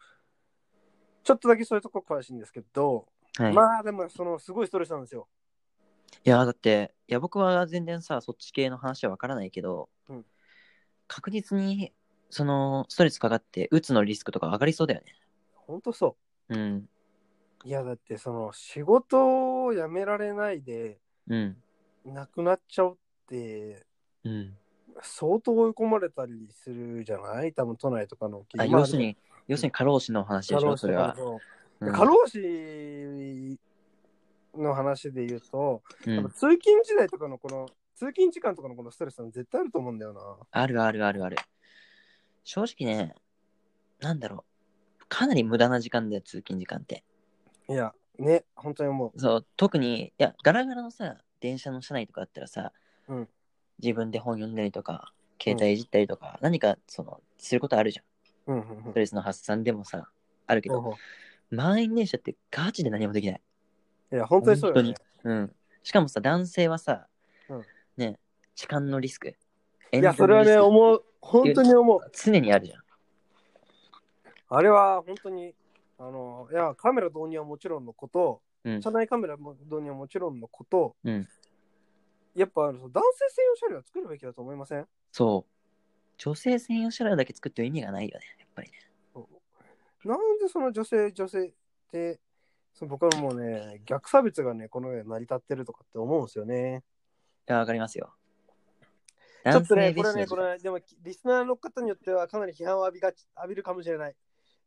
Speaker 1: ちょっとだけそういうとこ詳しいんですけど、
Speaker 2: はい。
Speaker 1: まあでもそのすごいストレスなんですよ。
Speaker 2: いや、だって、いや、僕は全然さ、そっち系の話はわからないけど、
Speaker 1: うん
Speaker 2: 確実に、その、ストレスかかって、うつのリスクとか上がりそうだよね。
Speaker 1: ほんとそ
Speaker 2: うん。
Speaker 1: う。いやだってその仕事を辞められないで、
Speaker 2: うん。
Speaker 1: なくなっちゃうって、
Speaker 2: うん。
Speaker 1: 相当追い込まれたりするじゃない多分都内とかの
Speaker 2: あ、
Speaker 1: まあ
Speaker 2: 要するに、要するに過労死の
Speaker 1: 過
Speaker 2: 話でし
Speaker 1: 労
Speaker 2: ょ、
Speaker 1: 死
Speaker 2: そ
Speaker 1: と
Speaker 2: れ
Speaker 1: か
Speaker 2: は。
Speaker 1: の
Speaker 2: うん
Speaker 1: 過労死の話で言うと、
Speaker 2: う
Speaker 1: やっ
Speaker 2: ん
Speaker 1: ぱ通勤時代とかのこの通勤時間とかのこのストレスは絶対あると思うんだよな。
Speaker 2: あるあるあるある。正直ね、なんだろう。かなり無駄な時間だよ、通勤時間って。
Speaker 1: いや、ね、本当に思
Speaker 2: そう、特に、いや、ガラガラのさ、電車の車内とかあったらさ、
Speaker 1: うん
Speaker 2: 自分で本読んだりとか、携帯いじったりとか、何か、その、することあるじゃ
Speaker 1: う。
Speaker 2: ん。
Speaker 1: うんうんうん
Speaker 2: ストレスの発散でもさ、あるけ
Speaker 1: ほう
Speaker 2: ど、
Speaker 1: ほ
Speaker 2: 満員電車ってガチで何もできない。
Speaker 1: ういや、本当にそうよね
Speaker 2: 本。うん。しかもさ、男性はさ、
Speaker 1: うん
Speaker 2: ね、痴漢のリスク。
Speaker 1: い
Speaker 2: い
Speaker 1: や、それはね、思う。本当に思う。
Speaker 2: 常にあるじゃん。
Speaker 1: あれは本当に、あの、いや、カメラ導入はもちろんのこと、
Speaker 2: うん
Speaker 1: 車内カメラも導入はもちろんのこと、
Speaker 2: うん
Speaker 1: やっぱあの男性専用車両は作るべきだと思いません
Speaker 2: そう。女性専用車両だけ作ってる意味がないよね、やっぱりね。
Speaker 1: なんでその女性、女性って、その僕はもうね、逆差別がね、この世で成り立ってるとかって思うんですよね。
Speaker 2: いや、わかりますよ。
Speaker 1: ちょっとね、
Speaker 2: 男性
Speaker 1: こ
Speaker 2: 蔑視
Speaker 1: れね、
Speaker 2: の時
Speaker 1: こ
Speaker 2: 代
Speaker 1: れ、ね、でも、リスナーの方によってはかなり批判を浴びがち、浴びるかもしれない。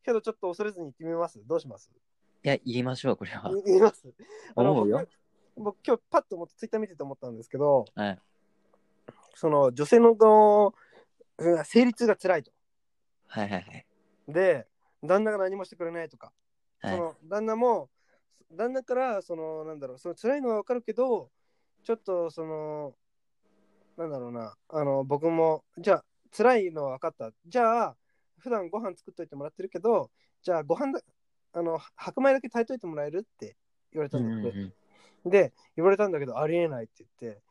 Speaker 1: けど、ちょっと恐れずに言ってみます。どうします
Speaker 2: いや、言いましょう、これは。
Speaker 1: 言います。あの
Speaker 2: 思うよ。
Speaker 1: 僕僕今日パッと思ってツイッター見てて思ったんですけど、
Speaker 2: はい。
Speaker 1: その女性ののうん生理痛が辛いと。
Speaker 2: はいはい
Speaker 1: で、旦那が何もしてくれないとか、
Speaker 2: はい。
Speaker 1: そ
Speaker 2: はい、
Speaker 1: の旦那も、旦那から、その、なんだろう、その辛いのはわかるけど、ちょっと、その、なんだろうな、あの、僕も、じゃあ、辛いのは分かった。じゃあ、普段ご飯作っといてもらってるけど、じゃあ、ご飯だ、あの、白米だけ炊いといてもらえるって言われた
Speaker 2: うんん
Speaker 1: だっ
Speaker 2: うん
Speaker 1: て、
Speaker 2: うん
Speaker 1: で、言われたんだけど、ありえないって言って、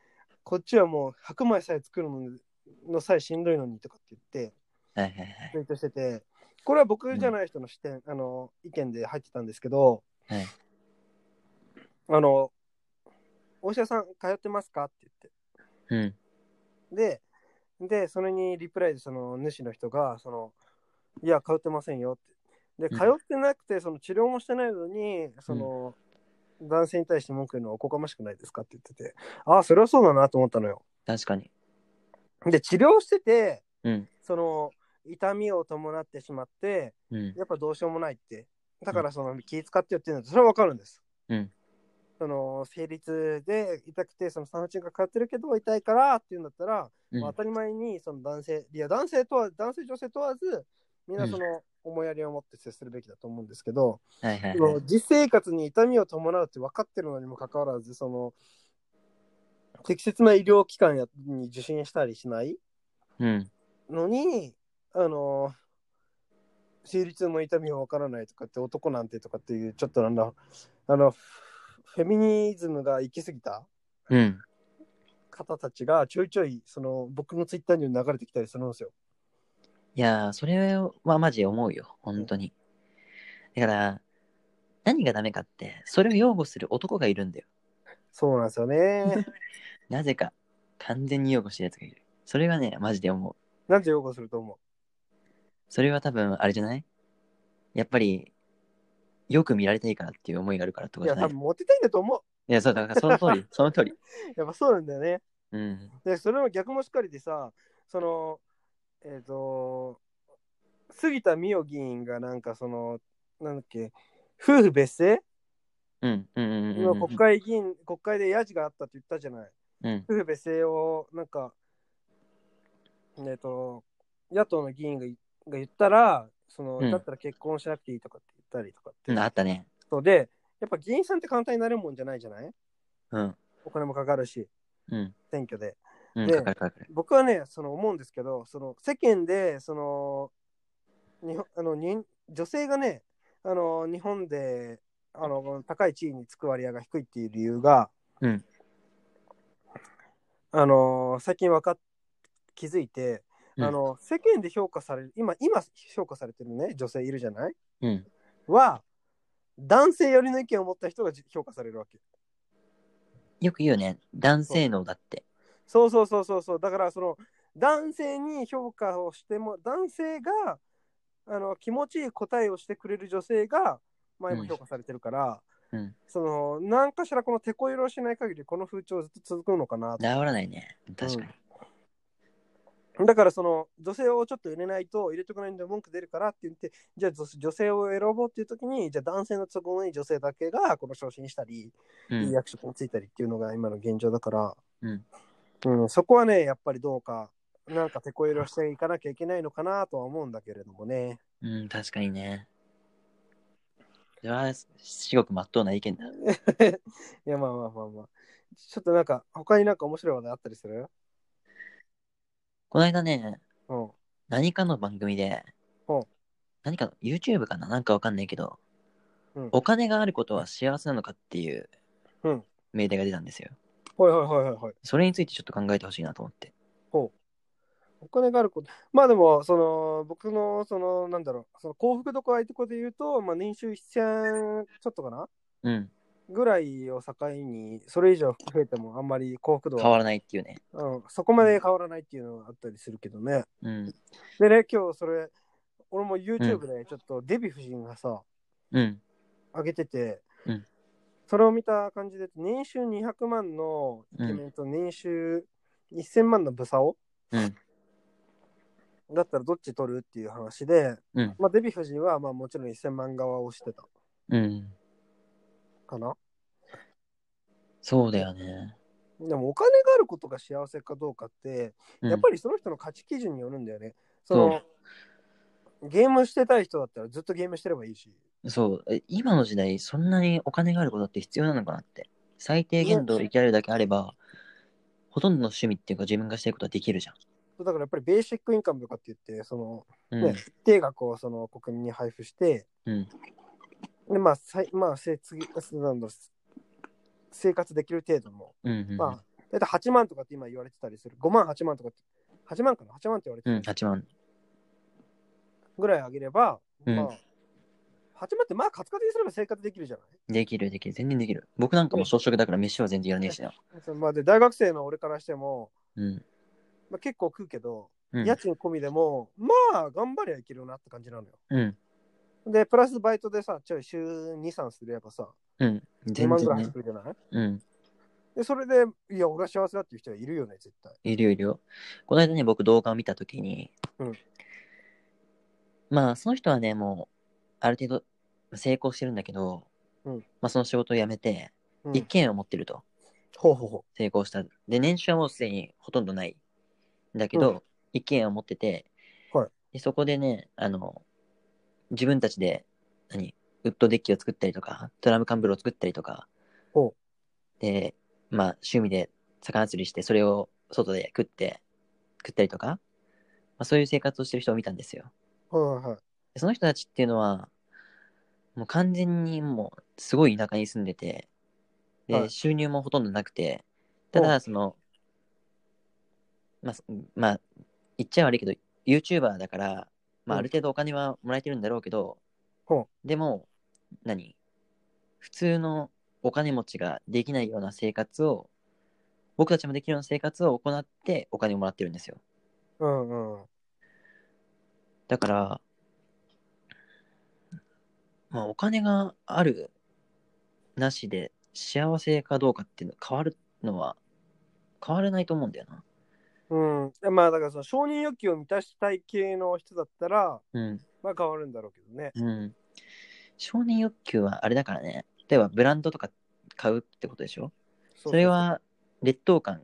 Speaker 1: こっちはもう白米さえ作るののさえしんどいのにとかって言って、
Speaker 2: はいはいはい。
Speaker 1: ツイートしてて、これは僕じゃない人の視点、あの、意見で入ってたんですけど、
Speaker 2: はい
Speaker 1: あの、お医者さん通ってますかって
Speaker 2: うん。
Speaker 1: 言って。で、で、それにリプライで、その主の人が、その、いや、通ってませんよって。で、
Speaker 2: うん
Speaker 1: 通ってなくて、その治療もしてないのに、その、男性に対して文句言うのはおこがましくないですかって言ってて、ああ、それはそうだなと思ったのよ。
Speaker 2: 確かに。
Speaker 1: で、治療してて、
Speaker 2: うん。
Speaker 1: その、痛みを伴ってしまって、
Speaker 2: うん。
Speaker 1: やっぱどうしようもないって。だから、その、気使ってよっていうのは、それはわかるんです。
Speaker 2: うん。
Speaker 1: その、生理痛で痛くて、その産婦人科通ってるけど、痛いからっていうんだったら、
Speaker 2: うん
Speaker 1: まあ当たり前に、その男性、いや、男性とは、男性、女性問わず、みんなその、思いやりを持って接するべきだと思うんですけど、
Speaker 2: はいはい
Speaker 1: そ
Speaker 2: は
Speaker 1: の
Speaker 2: い。
Speaker 1: 実生活に痛みを伴うって分かってるのにもかかわらず、その、適切な医療機関やに受診したりしない
Speaker 2: うん。
Speaker 1: のに、あの、生理痛の痛みは分からないとかって男なんてとかっていう、ちょっとなんだ、あの、フフェミニズムが行き過ぎた
Speaker 2: うん。
Speaker 1: 方たちがちょいちょい、その、僕のツイッターにも流れてきたりするんですよ。
Speaker 2: いやー、それはマジで思うよ。本当に。だから、何がダメかって、それを擁護する男がいるんだよ。
Speaker 1: そうなんですよね。
Speaker 2: なぜか、完全に擁護してる奴がいる。それがね、マジで思う。
Speaker 1: なんて擁護すると思
Speaker 2: それは多分、あれじゃないやっぱり、よく見られたいからっていう思いがあるからって
Speaker 1: う
Speaker 2: こ
Speaker 1: いや、
Speaker 2: とじゃな
Speaker 1: 多
Speaker 2: い
Speaker 1: 分モテたいんだと思う。
Speaker 2: いや、そう、だからそ
Speaker 1: [LAUGHS]
Speaker 2: の通り、その通り。
Speaker 1: やっぱそうなんだよね。
Speaker 2: うん。
Speaker 1: で、それの逆もしっかりでさ、その、えっ、と、杉田水脈議員がなんかそのなんだっけ夫婦別姓
Speaker 2: うんうんうんうん
Speaker 1: 今国会議員国会でヤジがあったって言ったじゃない
Speaker 2: うん
Speaker 1: 夫婦別姓をなんかえっ、と野党の議員がいが言ったらその、
Speaker 2: うん
Speaker 1: だったら結婚しなくていいとかって言ったりとかって、
Speaker 2: うんあったね
Speaker 1: そうでやっぱ議員さんって簡単になれるもんじゃないじゃない
Speaker 2: うん
Speaker 1: お金もかかるし
Speaker 2: うん
Speaker 1: 選挙で
Speaker 2: うん
Speaker 1: で
Speaker 2: かかるかかる
Speaker 1: 僕はねその思うんですけどその世間でその日本あのに女性がねあの日本であの高い地位につく割合が低いっていう理由が、
Speaker 2: うん
Speaker 1: あの最近わかっ気づいて、
Speaker 2: うん
Speaker 1: あの世間で評価される今今評価されてるね女性いるじゃない
Speaker 2: うん
Speaker 1: は男性寄りの意見を持った人がじ評価されるわけ。
Speaker 2: よく言うね男性能だって
Speaker 1: そうそうそうそうそうだからその男性に評価をしても男性があの気持ちいい答えをしてくれる女性が前も評価されてるから、
Speaker 2: うんうん
Speaker 1: その何かしらこの手こ入れをしない限りこの風潮ずっと続くのかなと
Speaker 2: 治らないね確かに
Speaker 1: だからその女性をちょっと入れないと入れてくないんで文句出るからって言ってじゃあ女女性を選ぼうっていう時にじゃあ男性の都合のいい女性だけがこの昇進したり、
Speaker 2: う
Speaker 1: いい
Speaker 2: ん
Speaker 1: 役職についたりっていうのが今の現状だから、
Speaker 2: うん
Speaker 1: うんそこはねやっぱりどうかなんか手こ入れをしていかなきゃいけないのかなとは思うんだけれどもね [LAUGHS]
Speaker 2: うん確かにねそれは至極真っ当な意見だ
Speaker 1: いやまあまあまあまあちょっとなんか他になんか面白い話題あったりする
Speaker 2: この間ね
Speaker 1: うん
Speaker 2: 何かの番組で
Speaker 1: ほ
Speaker 2: 何かの YouTube かななんかわかんないけど
Speaker 1: うん
Speaker 2: お金があることは幸せなのかっていう
Speaker 1: うん
Speaker 2: 命題が出たんですよ
Speaker 1: はいはいはいはいはい
Speaker 2: それについてちょっと考えてほしいなと思って
Speaker 1: お金があることまあでもその僕のそのなんだろうその幸福度合いとこで言うと、まあ、年収1000ちょっとかな
Speaker 2: うん
Speaker 1: ぐらいを境にそれ以上増えてもあんまり幸福度
Speaker 2: 変
Speaker 1: は、
Speaker 2: わらないっていうね
Speaker 1: うん、そこまで変わらないっていうのがあったりするけどね、
Speaker 2: うん
Speaker 1: でね、今日それ、俺も YouTube でちょっとデヴィ夫人がさ、
Speaker 2: うん
Speaker 1: 上げてて、
Speaker 2: うん
Speaker 1: それを見た感じで、年収200万のイケメンと年収1000万のブサオ
Speaker 2: うん
Speaker 1: だったらどっち取るっていう話で、
Speaker 2: うん
Speaker 1: まあ、デヴィ夫人はまあもちろん1000万側をしてた
Speaker 2: うん
Speaker 1: かな。
Speaker 2: そうだよね
Speaker 1: でもお金があることが幸せかどうかって、
Speaker 2: うん
Speaker 1: やっぱりその人の価値基準によるんだよね。そ
Speaker 2: そう
Speaker 1: のゲームしてたい人だったらずっとゲームしてればいいし。
Speaker 2: そうえ今の時代そんなにお金があることって必要なのかなって最低限度生きられるだけあればほとんどの趣味っていうか自分がしたいことはできるじゃ
Speaker 1: だからやっぱりベーシックインカムとかって言って、その
Speaker 2: ん
Speaker 1: ね、一定額をその国民に配布して、
Speaker 2: うん
Speaker 1: でまあ、さいまあ、せ次なんだろう生活できる程度の、
Speaker 2: うんうんうん
Speaker 1: まあ、だいたい8万とかって今言われてたりする、5万、8万とかって、8万かな、8万って言われて
Speaker 2: う
Speaker 1: る
Speaker 2: ん8万
Speaker 1: ぐらいあげれば、
Speaker 2: うん
Speaker 1: まあ、8万ってまあ、カツカツにすれば生活できるじゃない
Speaker 2: できるできる全然できる僕なんかもう小食だから飯は全然やらねえしな
Speaker 1: そのまあ、で大学生の俺からしても、
Speaker 2: うん、
Speaker 1: まあ、結構食うけど、
Speaker 2: うん
Speaker 1: 家賃込みでも、まあ、頑張りゃいけるなって感じなのよ。
Speaker 2: うん
Speaker 1: で、プラスバイトでさ、ちょい週2、3すればさ、
Speaker 2: うん
Speaker 1: 2
Speaker 2: 全
Speaker 1: 万ぐ
Speaker 2: 然
Speaker 1: らい入って
Speaker 2: ね
Speaker 1: くるじゃない
Speaker 2: うん
Speaker 1: で、それで、いや、俺は幸せだっていう人はいるよね、絶対。
Speaker 2: いるよいるよこの間ね僕動画を見た時に、
Speaker 1: うん
Speaker 2: まあその人はねもうある程度成功してるんだけど、
Speaker 1: うん
Speaker 2: まあ、その仕事を辞めて
Speaker 1: うん
Speaker 2: 一軒家を持ってると、
Speaker 1: ほうほうほ
Speaker 2: 成功したで年収はもうすでにほとんどないんだけど、
Speaker 1: うん
Speaker 2: 一軒家を持ってて、
Speaker 1: はい
Speaker 2: でそこでねあの自分たちで何ウッドデッキを作ったりとかドラム缶風呂を作ったりとか
Speaker 1: ほ
Speaker 2: でまあ趣味で魚釣りしてそれを外で食って食ったりとか、まあ、そういう生活をしてる人を見たんですよ
Speaker 1: う。はいはいはい。
Speaker 2: でその人たちっていうのはもう完全にもうすごい田舎に住んでてで、
Speaker 1: はい
Speaker 2: 収入もほとんどなくてた
Speaker 1: ほ
Speaker 2: だそのまあそまあ言っちゃ悪いけど YouTuber だから、
Speaker 1: う
Speaker 2: まあ、
Speaker 1: ん
Speaker 2: ある程度お金はもらえてるんだろうけど、
Speaker 1: ほ
Speaker 2: でも何普通のお金持ちができないような生活を僕たちもできるような生活を行ってお金をもらってるんですよ
Speaker 1: うんうん。
Speaker 2: だから、まあ、お金があるなしで幸せかどうかっていうの変わるのは変わらないと思うんだよな。
Speaker 1: うん。まあ、だからその承認欲求を満たしたい系の人だったら、
Speaker 2: うん。
Speaker 1: まあ変わるんだろうけどね。
Speaker 2: うん。承認欲求はあれだからね。例えばブランドとか買うってことでしょ
Speaker 1: そそうそ
Speaker 2: そう
Speaker 1: う
Speaker 2: れ。は劣等感。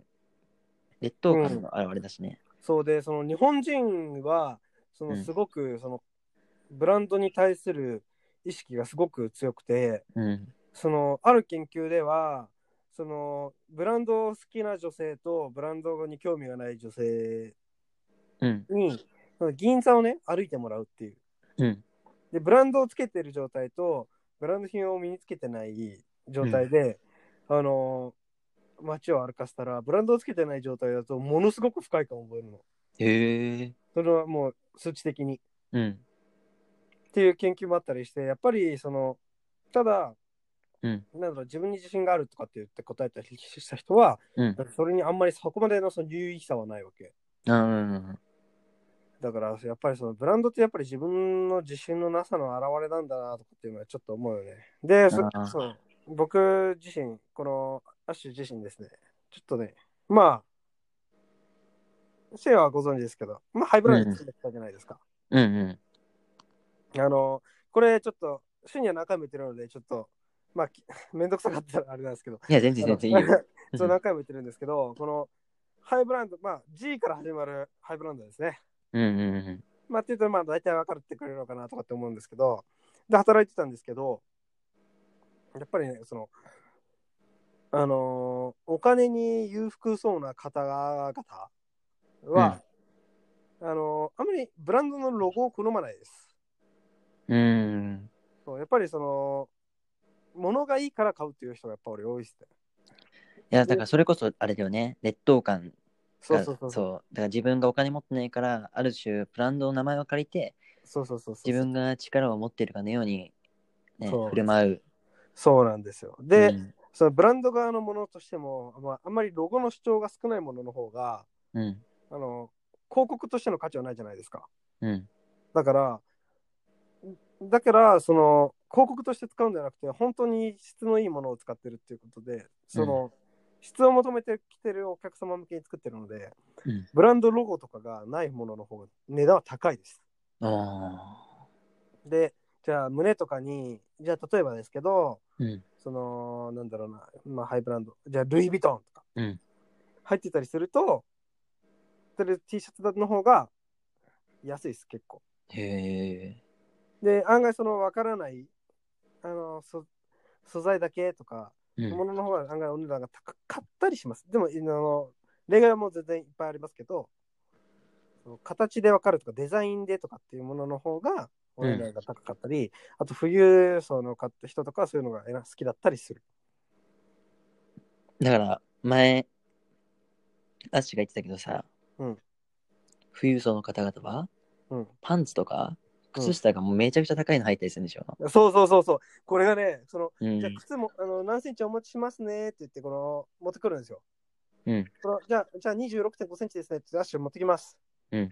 Speaker 2: 劣等感の表れだしね。
Speaker 1: そうで、その日本人は、その
Speaker 2: うん
Speaker 1: すごく、その、ブランドに対する意識がすごく強くて、
Speaker 2: うん。
Speaker 1: その、ある研究では、その、ブランドを好きな女性と、ブランドに興味がない女性
Speaker 2: うん。
Speaker 1: に、その銀座をね、歩いてもらうっていう。
Speaker 2: うん。
Speaker 1: で、ブランドをつけてる状態と、ブランド品を身につけてない状態で、あのー街を歩かせたら、ブランドをつけてない状態だと、ものすごく不快感を覚えるの。
Speaker 2: へえ。
Speaker 1: それはもう数値的に。っ
Speaker 2: うん。
Speaker 1: ていう研究もあったりして、やっぱり、その、ただ、
Speaker 2: うん
Speaker 1: なんだろう、自分に自信があるとかって言って答えたりした人は、
Speaker 2: うん。
Speaker 1: それにあんまりそこまでのその有意義さはないわけ。
Speaker 2: うん。
Speaker 1: だから、やっぱりそのブランドってやっぱり自分の自信のなさの表れなんだなとかっていうのはちょっと思うよね。で、そ
Speaker 2: あー
Speaker 1: そう僕自身、このアッシュ自身ですね、ちょっとね、まあ、シェアはご存知ですけど、まあ、ハイブランド作ったじゃないですか。
Speaker 2: うん。うん。
Speaker 1: あの、これちょっと、主には何回も言ってるので、ちょっと、まあ、き [LAUGHS] めんどくさかったらあれなんですけど、
Speaker 2: いや、全然全然いい [LAUGHS] よ。
Speaker 1: そう何回も言ってるんですけど、このハイブランド、まあ、G から始まるハイブランドですね。
Speaker 2: うんうん
Speaker 1: まあ、っていうと、まあ、大体分かってくれるのかなとかって思うんですけど、で、働いてたんですけど、やっぱりね、その、あのーお金に裕福そうな方々は、あのーあまりブランドのロゴを好まないです。
Speaker 2: うん。うん。
Speaker 1: そうやっぱりその、物がいいから買うっていう人がやっぱ俺多いですね。
Speaker 2: いや、だからそれこそあれだよね。劣等感
Speaker 1: そう
Speaker 2: が。
Speaker 1: そうそう。
Speaker 2: そう。だから自分がお金持ってないから、ある種、ブランドの名前を借りて、
Speaker 1: そうそうそうそう。
Speaker 2: 自分が力を持っているかのように、ね、
Speaker 1: そう
Speaker 2: 振る舞う。
Speaker 1: そうなんですよ。で、
Speaker 2: うん
Speaker 1: そのブランド側のものとしても、まあ、あんまりロゴの主張が少ないものの方が、
Speaker 2: うん。
Speaker 1: あの、広告としての価値はないじゃないですか。
Speaker 2: うん。
Speaker 1: だから、だから、その、広告として使うんじゃなくて、本当に質のいいものを使ってるっていうことで、その、質を求めてきてるお客様向けに作ってるので、
Speaker 2: うん
Speaker 1: ブランドロゴとかがないものの方が値段は高いです。
Speaker 2: ああ。
Speaker 1: で、じゃあ、胸とかに、じゃあ、例えばですけど、
Speaker 2: うん。
Speaker 1: その、なんだろうな、まあ、ハイブランド、じゃあ、ルイ・ヴィトンとか、
Speaker 2: うん
Speaker 1: 入ってたりすると、てる T シャツの方が安いです、結構。
Speaker 2: へえ。
Speaker 1: で、案外その分からない、あの、そ素材だけとか、
Speaker 2: うん。
Speaker 1: ものの方が案外お値段が高かったりします。でも、あの、例外はもう全然いっぱいありますけど、その形で分かるとか、デザインでとかっていうものの方が、お値段が高かったり、あと富裕層の買った人とかはそういうのがえら好きだったりする。
Speaker 2: だから、前、アッシュが言ってたけどさ、
Speaker 1: うん
Speaker 2: 富裕層の方々は、
Speaker 1: うん。
Speaker 2: パンツとか、
Speaker 1: うん
Speaker 2: 靴下がもうめちゃくちゃ高いの入ったりするんでしょ。
Speaker 1: そうそうそうそう。これがね、その、
Speaker 2: う
Speaker 1: じゃあ
Speaker 2: ん。
Speaker 1: 靴も、あの、何センチお持ちしますねって言って、この、持ってくるんですよ。
Speaker 2: うん
Speaker 1: このじゃあ、じゃあ26.5センチですねって、ダッシュ持ってきます。
Speaker 2: うん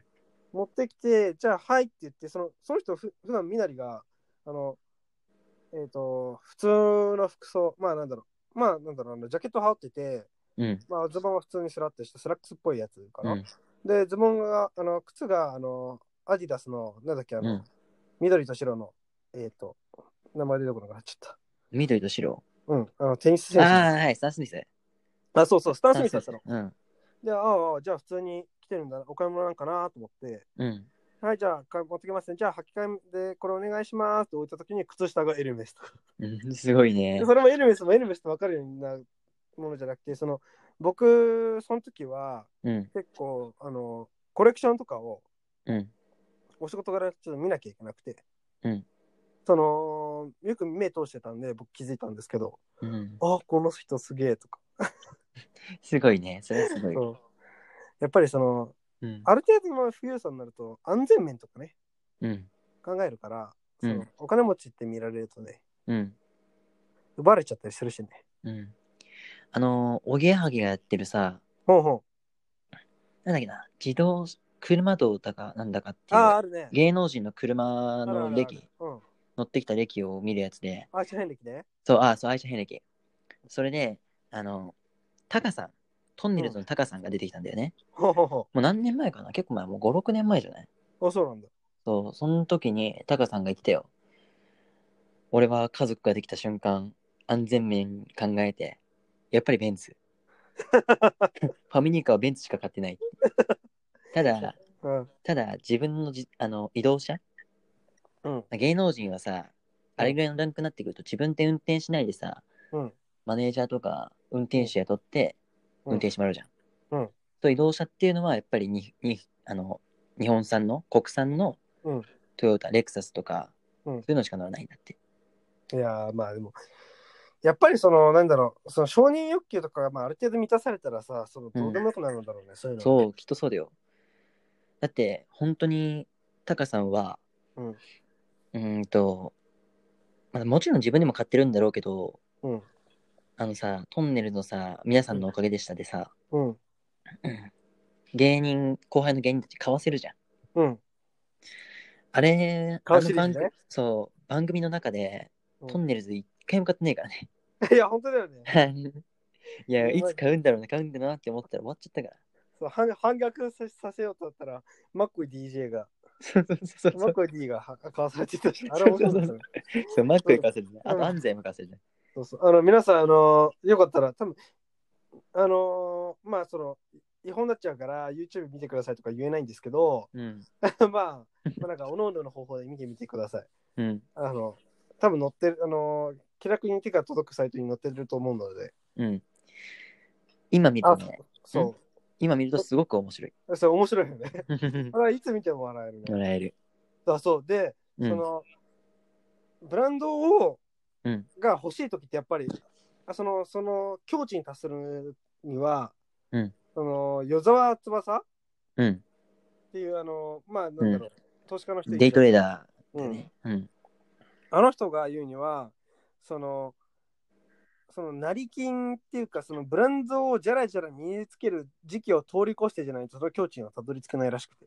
Speaker 1: 持ってきて、じゃあ、はいって言って、その、その人ふ、普段みなりが、あの、えっ、と、普通の服装、まあなんだろう、まあなんだろう、あのジャケット羽織ってて、
Speaker 2: うん。
Speaker 1: まあズボンは普通にスラッとしたスラックスっぽいやつかな。
Speaker 2: うん
Speaker 1: で、ズボンが、あの、靴が、あの、アディダスの、なんだっけ、あの、
Speaker 2: うん
Speaker 1: 緑と白の、えっ、と、名前出てこなくなっちゃった。
Speaker 2: 緑と白。
Speaker 1: うん、あのテニス
Speaker 2: あ
Speaker 1: 選手
Speaker 2: あ、はい、スタンスミス。
Speaker 1: あそうそう、スタンスミスだ
Speaker 2: ス
Speaker 1: ったの。
Speaker 2: うん。
Speaker 1: で、ああああ、じゃあ普通に来てるんだな、お買い物なんかなと思って、
Speaker 2: うん。
Speaker 1: はい、じゃあ買い持ってきますね。じゃあ履き替えでこれお願いしますって置いたときに靴下がエルメスと。
Speaker 2: うんすごいね
Speaker 1: で。それもエルメスもエルメスって分かるようなものじゃなくて、その、僕、その時は
Speaker 2: うん。
Speaker 1: 結構、あの、コレクションとかを
Speaker 2: うん。
Speaker 1: お仕事柄ちょっと見なきゃいけなくて、
Speaker 2: うん
Speaker 1: その、よく目通してたんで、僕気づいたんですけど、
Speaker 2: うん、
Speaker 1: ああ、この人すげえとか、
Speaker 2: すごいね。それはすごい。
Speaker 1: そうやっぱりその、
Speaker 2: うん。
Speaker 1: ある程度の富裕層になると安全面とかね
Speaker 2: うん。
Speaker 1: 考えるから、
Speaker 2: うん
Speaker 1: そのお金持ちって見られるとね
Speaker 2: うん。
Speaker 1: 奪われちゃったりするしね
Speaker 2: うん。あのー、おげはぎがやってるさ、
Speaker 1: ほうほ
Speaker 2: なんだっけな、自動車道だかなんだかっ
Speaker 1: う
Speaker 2: てい
Speaker 1: ああ
Speaker 2: う、
Speaker 1: あるね
Speaker 2: 芸能人の車の
Speaker 1: ある
Speaker 2: 歴、
Speaker 1: あるある
Speaker 2: 乗ってきた歴を見るやつで、
Speaker 1: うんアーチェン歴ね
Speaker 2: そう、あ、そう、愛車遍歴。それで、あの、タカさん、トンネルズのタカさんが出てきたんだよね。
Speaker 1: ほうほうほ
Speaker 2: もう何年前かな結構前、もう5、6年前じゃないう
Speaker 1: あ、そうなんだ。
Speaker 2: そう、その時にタカさんが言ってたよ。俺は家族ができた瞬間、安全面考えて、やっぱりベ
Speaker 1: [LAUGHS]
Speaker 2: ンツ。ファミリーカーはベンツしか買ってない。た
Speaker 1: [LAUGHS]
Speaker 2: だ、
Speaker 1: うん。
Speaker 2: ただ自分のじあの移動車、
Speaker 1: うん。
Speaker 2: 芸能人はさ、あれぐらいのランクになってくると自分で運転しないでさ、
Speaker 1: うん
Speaker 2: マネージャーとか運転手雇って
Speaker 1: うん
Speaker 2: 運転してもらうじゃん。
Speaker 1: うん
Speaker 2: と移動車っていうのはやっぱりににあの日本産の国産の
Speaker 1: うん
Speaker 2: トヨタ、レクサスとか、
Speaker 1: うん
Speaker 2: そういうのしか乗らないんだって。
Speaker 1: いやーまあでも、やっぱりその、なんだろう、その承認欲求とかが、まあ、ある程度満たされたらさ、そのどうでもよくなるんだろうね、そういうの。
Speaker 2: そう、きっとそうだよ。だって本当にタカさんは、
Speaker 1: うん
Speaker 2: うーんと、まあ、もちろん自分でも買ってるんだろうけど、
Speaker 1: うん
Speaker 2: あのさ、トンネルのさ、皆さんのおかげでしたでさ、
Speaker 1: うん。
Speaker 2: 芸人後輩の芸人たち買わせるじゃん
Speaker 1: うん。
Speaker 2: あれ
Speaker 1: 買
Speaker 2: あ
Speaker 1: うシ
Speaker 2: の
Speaker 1: リー
Speaker 2: 番
Speaker 1: ズね
Speaker 2: 組そう番組の中で、
Speaker 1: うん
Speaker 2: トンネルズ一回も買ってねえからね
Speaker 1: [LAUGHS]
Speaker 2: [LAUGHS]
Speaker 1: いや、本当だよね。
Speaker 2: いや
Speaker 1: やばい
Speaker 2: いつ買うんだろうな買うんだなって思ったら終わっちゃったから [LAUGHS]
Speaker 1: そう反反逆ささせようとだったら、マッコイ DJ が、
Speaker 2: そうそうそ
Speaker 1: マッ
Speaker 2: う
Speaker 1: コイ D がは買わされてた [LAUGHS] し、あれ面白かったね。
Speaker 2: そうマックで買わせるねあ
Speaker 1: うん
Speaker 2: と安西も買わせるね
Speaker 1: そうそう。あの、皆さん、あのーよかったら、多分あのーまあ、その、違法になっちゃうから、YouTube 見てくださいとか言えないんですけど、 [LAUGHS]
Speaker 2: うん
Speaker 1: まあ、まあ、なんか、おののの方法で見てみてください。
Speaker 2: うん
Speaker 1: あの、多分載ってる、あの、気楽に手が届くサイトに載ってると思うので、
Speaker 2: うん今見るとね
Speaker 1: そ
Speaker 2: 今見るとすごく面白い
Speaker 1: う、それ面白いよね。 [LAUGHS] あ
Speaker 2: [LAUGHS] も
Speaker 1: れはいつ見ても笑えるね。
Speaker 2: らえる
Speaker 1: だそうで、
Speaker 2: うん
Speaker 1: その、ブランドを、
Speaker 2: うん
Speaker 1: が欲しい時ってやっぱり、あその、その、境地に達するには、
Speaker 2: うん
Speaker 1: その、与沢翼っ
Speaker 2: うん
Speaker 1: ていう、あの、まあ、なんだろう、投資家の人いる
Speaker 2: デイトレーダー
Speaker 1: う
Speaker 2: だ
Speaker 1: ん
Speaker 2: ねうん
Speaker 1: あの人が言うには、その、その成金っていうか、そのブランドをじゃらじゃら身につける時期を通り越してじゃないと、その境地にはたどり着けないらしくて。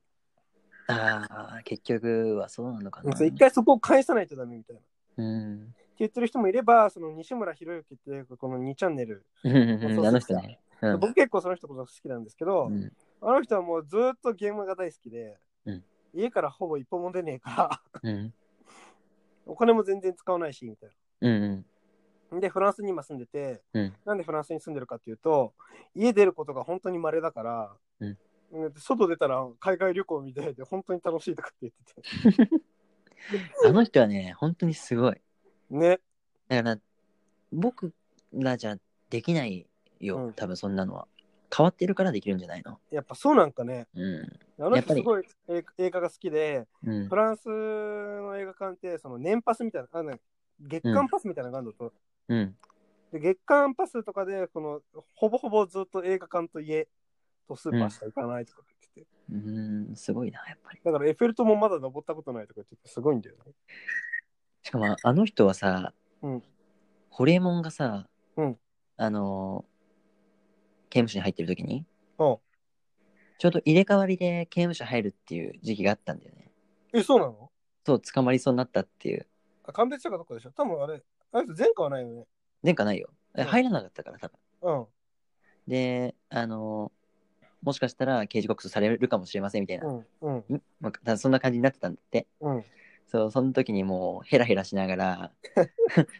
Speaker 2: ああ結局はそうなのかな
Speaker 1: そう一回そこを返さないとダメみたいな。って
Speaker 2: うん [LAUGHS]
Speaker 1: 言ってる人もいれば、その西村博之っていうか、この2チャンネル、
Speaker 2: うんうんうんあの人ね。うん
Speaker 1: 僕結構その人こそ好きなんですけど、
Speaker 2: うん
Speaker 1: あの人はもうずっとゲームが大好きで、
Speaker 2: うん
Speaker 1: 家からほぼ一歩も出ねえから、
Speaker 2: うん
Speaker 1: お金も全然使わないし、みたい
Speaker 2: うん
Speaker 1: な。で、フランスに今住んでて、
Speaker 2: うん
Speaker 1: なんでフランスに住んでるかっていうと、家出ることが本当に稀だから、
Speaker 2: うん
Speaker 1: うん外出たら海外旅行みたいで本当に楽しいとかって言ってて。
Speaker 2: あの人はね、本当にすごい。
Speaker 1: ね。
Speaker 2: だから、僕らじゃできないうよ
Speaker 1: ん、
Speaker 2: 多分そんなのは。変わってるからできるんじゃないの。
Speaker 1: やっぱそうなんかね。
Speaker 2: うん。
Speaker 1: あの
Speaker 2: やっぱ
Speaker 1: 人
Speaker 2: り
Speaker 1: すごい映映画が好きで、
Speaker 2: うん
Speaker 1: フ。ランスの映画館って、その年パスみたいな、あの月間パスみたいなのがあるのと、
Speaker 2: うん。
Speaker 1: で月間パスとかで、この、ほぼほぼずっと映画館と家とスーパーしか行かないとか言ってて、
Speaker 2: うん、すごいな、やっぱり。
Speaker 1: だからエッフェル塔もまだ登ったことないとか言ってて、すごいんだよね。
Speaker 2: しかも、あの人はさ
Speaker 1: うん、
Speaker 2: ホレモンがさ
Speaker 1: うん、
Speaker 2: あのー、刑務所に入ってる時に、
Speaker 1: うん
Speaker 2: ちょうど入れ替わりで刑務所入るっていう時期があったんだよね。
Speaker 1: え、そうなの
Speaker 2: そう、捕まりそうになったっていう。
Speaker 1: あ、鑑別者かどっかでしょ多分あれ、あれ前科はないよね。
Speaker 2: 前科ないよ。え
Speaker 1: うん
Speaker 2: 入らなかったから、多
Speaker 1: う
Speaker 2: 分。
Speaker 1: ん。
Speaker 2: で、あの、もしかしたら刑事告訴されるかもしれませんみたいな、
Speaker 1: うん。うん。
Speaker 2: んまあ、たそんな感じになってたんだって。
Speaker 1: うん。
Speaker 2: そう、その時にもうヘラヘラしなが [LAUGHS] ら、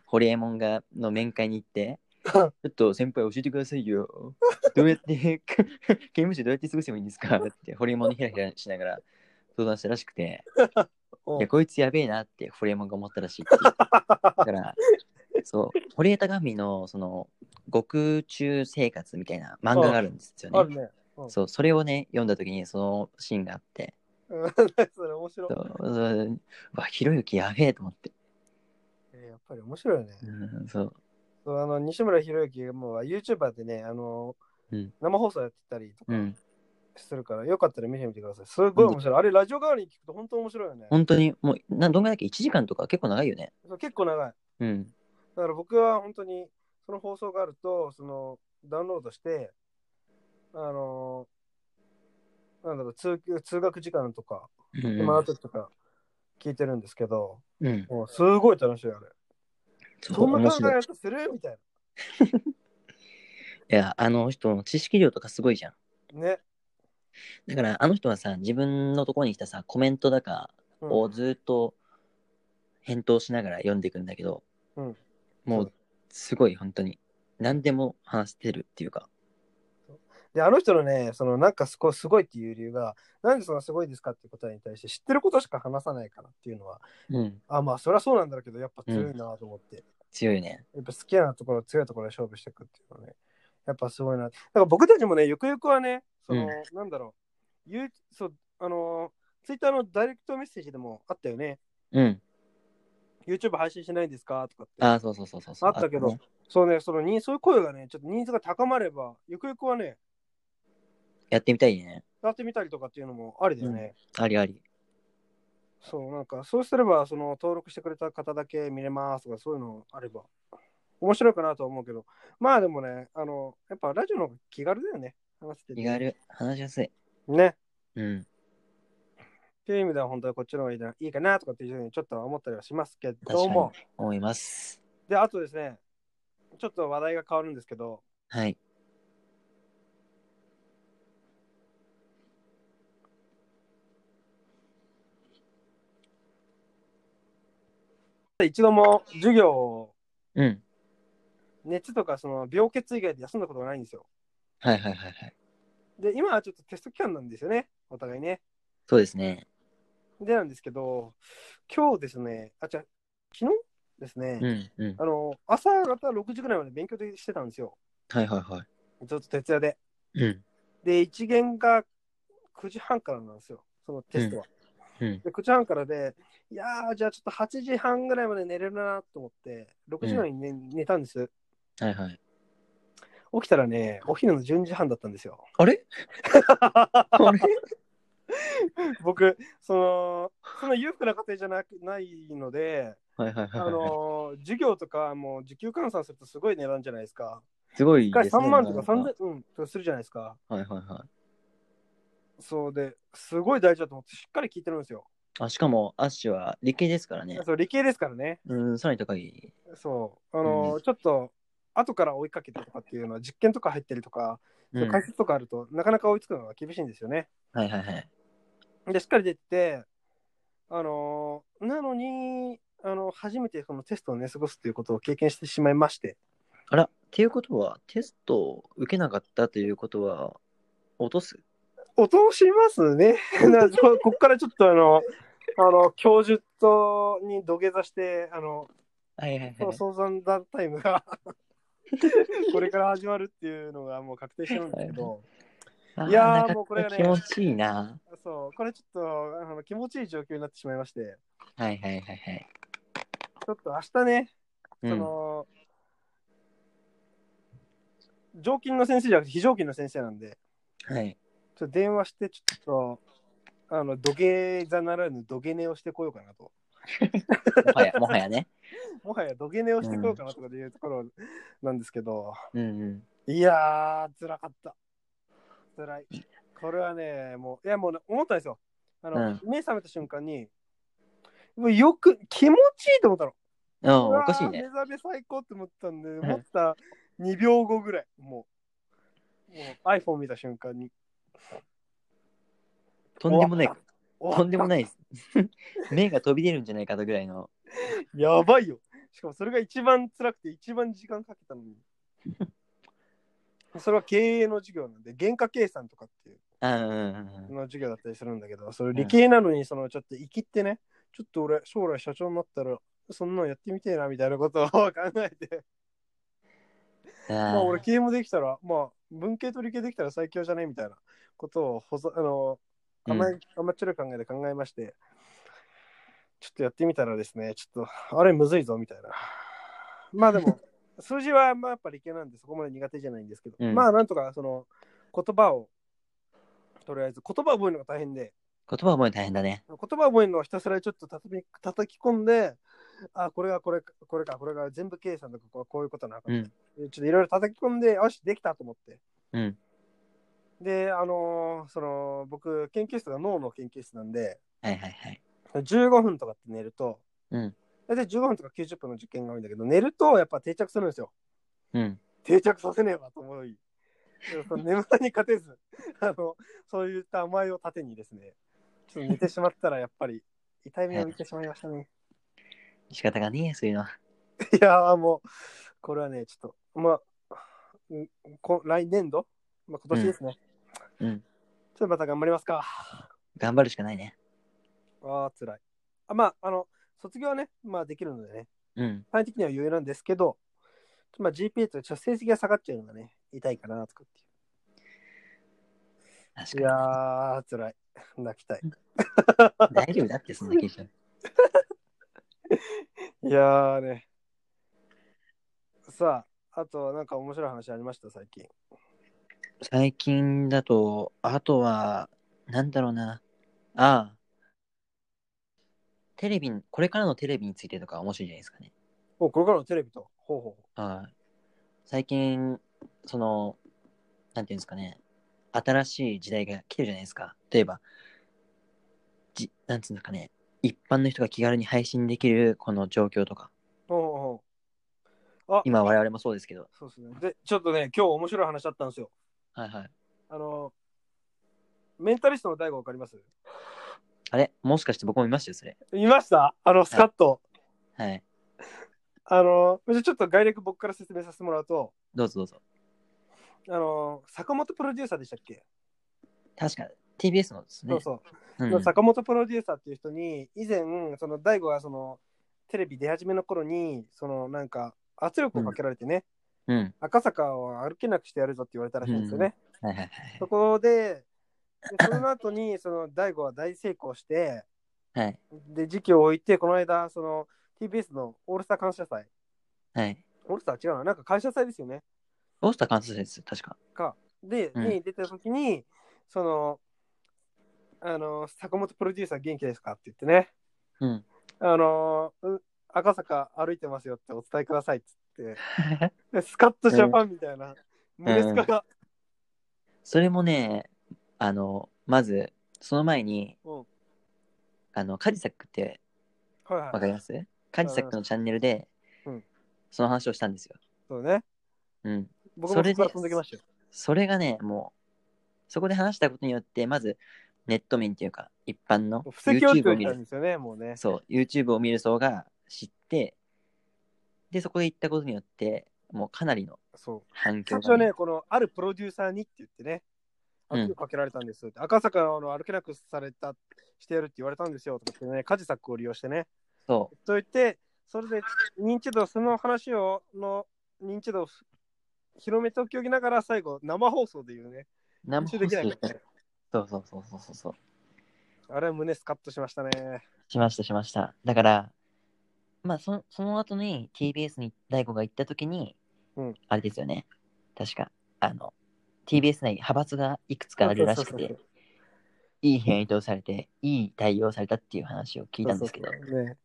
Speaker 2: ホリエモンがの面会に行って、ちょっと先輩教えてくださいよ。どうやって、 [LAUGHS] 刑務所どうやって過ごせばいいんですかって、ホリエモンにヘラヘラしながら相談したらしくて、
Speaker 1: お
Speaker 2: いや、こいつやべえなってホリエモンが思ったらしいっていう。だ [LAUGHS] から、そう、堀江貴のその獄中生活みたいな漫画があるんですよ
Speaker 1: [LAUGHS] あ
Speaker 2: ね
Speaker 1: る。ね。 [LAUGHS]
Speaker 2: そう、それをね、読んだ時にそのシーンがあって、
Speaker 1: うんそれ面白い
Speaker 2: そ。う、そううわ、ひろゆきやべえと思って。
Speaker 1: えーやっぱり面白いよね。
Speaker 2: うん、そう。
Speaker 1: そうあの西村博之がもう YouTuber でね、あの、
Speaker 2: うん
Speaker 1: 生放送やってたりとか
Speaker 2: うん、
Speaker 1: するから、よかったら見てみてください。すごい面白い。あれ、ラジオ代わりに聞くと本当面白いよね。
Speaker 2: 本当に、もう、などんぐらいだっけ ?1 時間とか結構長いよね。
Speaker 1: そう結構長い。
Speaker 2: うん。
Speaker 1: だから僕は本当に、その放送があると、その、ダウンロードして、あの、なんだろう、通通学時間とか、
Speaker 2: う、
Speaker 1: 暇なん時とか聞いてるんですけど、
Speaker 2: うん。
Speaker 1: もうすごい楽しいあれ。
Speaker 2: そ
Speaker 1: そ
Speaker 2: うん
Speaker 1: な
Speaker 2: 面
Speaker 1: 考え
Speaker 2: 白い。
Speaker 1: 方するみたい
Speaker 2: いや、あの人の知識量とかすごいじゃん。
Speaker 1: ね。
Speaker 2: だから、あの人はさ、自分のところに来たさ、コメントだか
Speaker 1: うん
Speaker 2: をずっと返答しながら読んでいくんだけど、
Speaker 1: うん
Speaker 2: もう、すごい、本当に。何でも話してるっていうか。
Speaker 1: で、あの人のね、そのなんかすごいすごいっていう理由が、なんでそのすごいですかっていう答えに対して知ってることしか話さないからっていうのは、
Speaker 2: うん。
Speaker 1: あ、まあそりゃそうなんだろうけど、やっぱ強いなと思って、
Speaker 2: 強いよね。
Speaker 1: やっぱ好きなところ、強いところで勝負していくっていうのはね、やっぱすごいな。だから僕たちもね、ゆくゆくはね、その、なんだろう、ゆうそう、あのー、ツイッターのダイレクトメッセージでもあったよね、
Speaker 2: うん。
Speaker 1: YouTube 配信しないんですかとかって。
Speaker 2: ああ、そうそうそうそうそう。
Speaker 1: あったけど
Speaker 2: ね
Speaker 1: そうね、そのにそういう声がね、ちょっとニーズが高まれば、ゆくゆくはね、
Speaker 2: やってみたいね。
Speaker 1: やってみたりとかっていうのもありだよね。
Speaker 2: ありあり。
Speaker 1: そう、なんか、そうすれば、その、登録してくれた方だけ見れますとか、そういうのあれば、面白いかなとは思うけど、まあでもね、あの、やっぱラジオの方が気軽だよね、話してて。
Speaker 2: 気軽、話しやすい。
Speaker 1: ね。っ
Speaker 2: うん。
Speaker 1: ていう意味では、本当はこっちの方がいいないいかなとかっていうふうに、ちょっとは思ったりはしますけ
Speaker 2: 確
Speaker 1: ど
Speaker 2: かに
Speaker 1: も、。
Speaker 2: 思います。
Speaker 1: で、あとですね、ちょっと話題が変わるんですけど、
Speaker 2: はい。
Speaker 1: 一度も授業を、
Speaker 2: うん。
Speaker 1: 熱とか、その、病欠以外で休んだことがないんですよ。
Speaker 2: はいはいはいはい。
Speaker 1: で、今はちょっとテスト期間なんですよね、お互いね。
Speaker 2: そうですね。
Speaker 1: でなんですけど、今日ですね、あ、じゃあ昨日ですね、
Speaker 2: うんうん。
Speaker 1: あの、朝方6時ぐらいまで勉強してたんですよ。
Speaker 2: はいはいは
Speaker 1: ずっと徹夜で。
Speaker 2: い。うん。
Speaker 1: で、1限が9時半からなんですよ、そのテストは。
Speaker 2: うんうん
Speaker 1: で、9時半からで、いやー、じゃあちょっと8時半ぐらいまで寝れるなと思って、6時ぐらいに寝,、寝たんです。
Speaker 2: はいはい。
Speaker 1: 起きたらね、お昼の12時半だったんです
Speaker 2: [LAUGHS]
Speaker 1: よ。
Speaker 2: あれあれ
Speaker 1: 僕、その、そんな裕福な家庭じゃなくないので、
Speaker 2: はいはいはい
Speaker 1: あ
Speaker 2: はいはい。
Speaker 1: のー授業とかもう時給換算するとすごい値段じゃないですか。
Speaker 2: すごい
Speaker 1: 一回
Speaker 2: ですね
Speaker 1: 3万とか
Speaker 2: なんか
Speaker 1: 3千、うん、とかするじゃないですか。
Speaker 2: はいはいはい。
Speaker 1: そうで、すごい大事だと思ってしっかり聞いてるんですよ。
Speaker 2: あ、しかも、アッシュは理系ですからね。
Speaker 1: そう理系ですからね。
Speaker 2: うん、さらに高い。
Speaker 1: そう。あのー
Speaker 2: う、
Speaker 1: ちょっと、後から追いかけてとかっていうのは実験とか入ってるとか、そううん
Speaker 2: は
Speaker 1: 解
Speaker 2: い
Speaker 1: 説とかあると、なかなか追いつくのが厳しいんですよね。
Speaker 2: はいはい。
Speaker 1: で、しっかり出てて、あのーなのに、あの初めてそのテストをね、過ごすということを経験してしまいまして、
Speaker 2: あら、っていうことは、テストを受けなかったということは、落とす
Speaker 1: 音をします
Speaker 2: [LAUGHS]
Speaker 1: ね。なここっからちょっとあの、あの、教授とに土下座して、あの、
Speaker 2: はいはい
Speaker 1: この
Speaker 2: は
Speaker 1: 相談団タイム
Speaker 2: [LAUGHS]
Speaker 1: がこれから始まるっていうのがもう確定してるんですけど、
Speaker 2: い。
Speaker 1: いやー
Speaker 2: あな
Speaker 1: もうこ
Speaker 2: か
Speaker 1: れ
Speaker 2: な
Speaker 1: がね
Speaker 2: か気持ちいいな。
Speaker 1: そう、これちょっとあの気持ちいい状況になってしまいまして、
Speaker 2: はいはいはいはい。
Speaker 1: ちょっと明日ね、
Speaker 2: う
Speaker 1: そ
Speaker 2: ん、
Speaker 1: の、常勤の先生じゃなくて非常勤の先生なんで、
Speaker 2: はい。
Speaker 1: ちょっと電話して、ちょっと、あの、土下座ならぬ土下寝をしてこようかなと。
Speaker 2: もはや、もはやね。
Speaker 1: もはや土下寝をしてこようかなとかでいうところなんですけど、
Speaker 2: うんうん。
Speaker 1: いやー、辛かった。辛い。これはね、もう、いや、もうね、思ったんですよ。あの、
Speaker 2: うん
Speaker 1: 目覚めた瞬間に、もうよく、気持ちいいと思ったの。
Speaker 2: うん、
Speaker 1: う
Speaker 2: お
Speaker 1: わー
Speaker 2: かしいね
Speaker 1: 目。覚め最高って思ったんで、思った2秒後ぐらい、もう、もう iPhone 見た瞬間に。
Speaker 2: とんでもない、
Speaker 1: お
Speaker 2: とんでもないです。 [LAUGHS] 目が飛び出るんじゃないかとぐらいの。
Speaker 1: やばいよ。しかもそれが一番辛くて、一番時間かけたのに。それは経営の授業なんで、原価計算とかっていう
Speaker 2: うんうんうんうん。
Speaker 1: の授業だったりするんだけど、それ理系なのに、そのちょっと生きってね、ちょっと俺、将来社長になったら、そんなのやってみてえなみたいなことを考えて、ま
Speaker 2: ま
Speaker 1: あ俺、経営もできたら、まあ文系と理系できたら最強じゃねみたいなことをほざあの甘い、甘っちょろい考えで考えまして、ちょっとやってみたらですね、ちょっと、あれむずいぞみたいな。まあで
Speaker 2: [LAUGHS]
Speaker 1: も、数字はまあやっぱ理系なんでそこまで苦手じゃないんですけど、
Speaker 2: うん
Speaker 1: まあなんとかその言葉を、とりあえず言葉覚えるのが大変で、
Speaker 2: 言葉覚え大変だね。
Speaker 1: 言葉覚えるのをひたすらちょっと叩き叩き込んで、あ、これがこれか、これか、これが全部計算とか、こうこういうことなのか
Speaker 2: う
Speaker 1: な、
Speaker 2: ん。
Speaker 1: でちょっといろいろ叩き込んで、よし、できたと思って。
Speaker 2: うん。
Speaker 1: で、あのーその、僕、研究室が脳の研究室なんで、
Speaker 2: はいはいはい。
Speaker 1: 15分とかって寝ると、
Speaker 2: うん
Speaker 1: 大体15分とか90分の受験が多いんだけど、寝るとやっぱ定着するんですよ。
Speaker 2: うん。
Speaker 1: 定着させねばと思い、その眠さに勝てず、 [LAUGHS] あの、そういった甘えを盾にですね、ちょっと寝てしまったらやっぱり痛い目を見てしまいましたね。 [LAUGHS]
Speaker 2: 仕方がねえ、そういうのは。
Speaker 1: いやーもう、これはね、ちょっと、まあ、んこ来年度、まあ、今年ですね、
Speaker 2: うん。
Speaker 1: ちょっとまた頑張りますか。
Speaker 2: 頑張るしかないね。
Speaker 1: ああ、つらい。あまあ、あの、卒業はね、まあできるのでね、
Speaker 2: うん。
Speaker 1: 単位的には余裕なんですけど、まあ GPA とちょっと成績が下がっちゃうのがね、痛いかなとかっていう。
Speaker 2: 確
Speaker 1: い
Speaker 2: か
Speaker 1: やー、辛い。 [LAUGHS] 泣きたい。
Speaker 2: に。大丈夫だって、そんな気にしない
Speaker 1: いやーね。さあ、あと、なんか面白い話ありました、最近。
Speaker 2: 最近だと、あとは、なんだろうな。ああ。テレビ、これからのテレビについてとか面白いじゃないですかね。
Speaker 1: お、これからのテレビと。ほうほう
Speaker 2: はい。最近、その、なんていうんですかね。新しい時代が来てるじゃないですか。例えば、じ、なんていうんですかね。一般の人が気軽に配信できるこの状況とか。
Speaker 1: ほう。ほうほうほう。あ、
Speaker 2: 今我々もそうですけど。
Speaker 1: そうですね。で、ちょっとね、今日面白い話あったんですよ。
Speaker 2: はいはい。
Speaker 1: あの、メンタリストの大悟わかります
Speaker 2: あれもしかして僕も見ましたよ、それ。
Speaker 1: 見ましたあの、スカッと。
Speaker 2: はい。
Speaker 1: あの、じゃあちょっと概略僕から説明させてもらうと、
Speaker 2: どうぞどうぞ。
Speaker 1: あの、坂本プロデューサーでしたっけ、
Speaker 2: 確か、TBS のですね。
Speaker 1: そうそう。
Speaker 2: うん
Speaker 1: の坂本プロデューサーっていう人に以前その大悟がそのテレビ出始めの頃にそのなんか圧力をかけられてね、
Speaker 2: うん。
Speaker 1: 赤坂を歩けなくしてやるぞって言われたらしいんですよね、
Speaker 2: はいはい
Speaker 1: そこででその後にその大悟は大成功して
Speaker 2: はい。はい。
Speaker 1: で時期を置いてこの間その TBS のオールスター感謝祭
Speaker 2: はい。
Speaker 1: オールスター違うななんか感謝祭ですよね
Speaker 2: オースター関数です、確か。
Speaker 1: かで、
Speaker 2: うん
Speaker 1: に出た時にそのあの坂本プロデューサー元気ですかって言ってね [LAUGHS]
Speaker 2: うん。
Speaker 1: あのーう赤坂歩いてますよってお伝えくださいっつって、でスカッとジャパンみたいな、胸スカが、
Speaker 2: それもね、あの、まず、その前に、
Speaker 1: うん
Speaker 2: あの、カジサックって
Speaker 1: はい
Speaker 2: わ
Speaker 1: は
Speaker 2: か
Speaker 1: い、
Speaker 2: りますカジサックのチャンネルで、
Speaker 1: うん
Speaker 2: その話をしたんですよ。
Speaker 1: そうね、
Speaker 2: うん。
Speaker 1: 僕も
Speaker 2: それ
Speaker 1: そ
Speaker 2: で
Speaker 1: こから飛んできましたよ。
Speaker 2: それがね、もう、そこで話したことによって、まず、ネット民っていうか、一般の
Speaker 1: もう布石を打
Speaker 2: YouTube を
Speaker 1: っ
Speaker 2: 見
Speaker 1: てたん
Speaker 2: る、
Speaker 1: ですよね、もうね。
Speaker 2: そう、YouTube を見る層が知って、で、そこで行ったことによって、もうかなりの
Speaker 1: そう。
Speaker 2: 反
Speaker 1: 最
Speaker 2: 響が、
Speaker 1: 初はね、このあるプロデューサーにって言ってね、
Speaker 2: うん
Speaker 1: 圧力かけられたんですよって、赤坂の歩けなくされた、してやるって言われたんですよとかってね、カジサックを利用してね。
Speaker 2: そう、
Speaker 1: と言って、それで認知度、その話を、の認知度を広めておきながら、最後、生放送で言うね、
Speaker 2: 何も
Speaker 1: 集できなかったね。
Speaker 2: そうそうそうそうそうそう。
Speaker 1: あれは胸スカッとしましたね。
Speaker 2: しましたしました。だから、まあそその後に TBS に大悟が行った時に、
Speaker 1: うん
Speaker 2: あれですよね。確か、あの、TBS 内に派閥がいくつかあるらしく
Speaker 1: そうそうそう
Speaker 2: て、いい部屋に移動されて、いい対応されたっていう話を聞いたんですけ
Speaker 1: [LAUGHS]
Speaker 2: ど、
Speaker 1: そ
Speaker 2: そうう
Speaker 1: そうそうね、やっ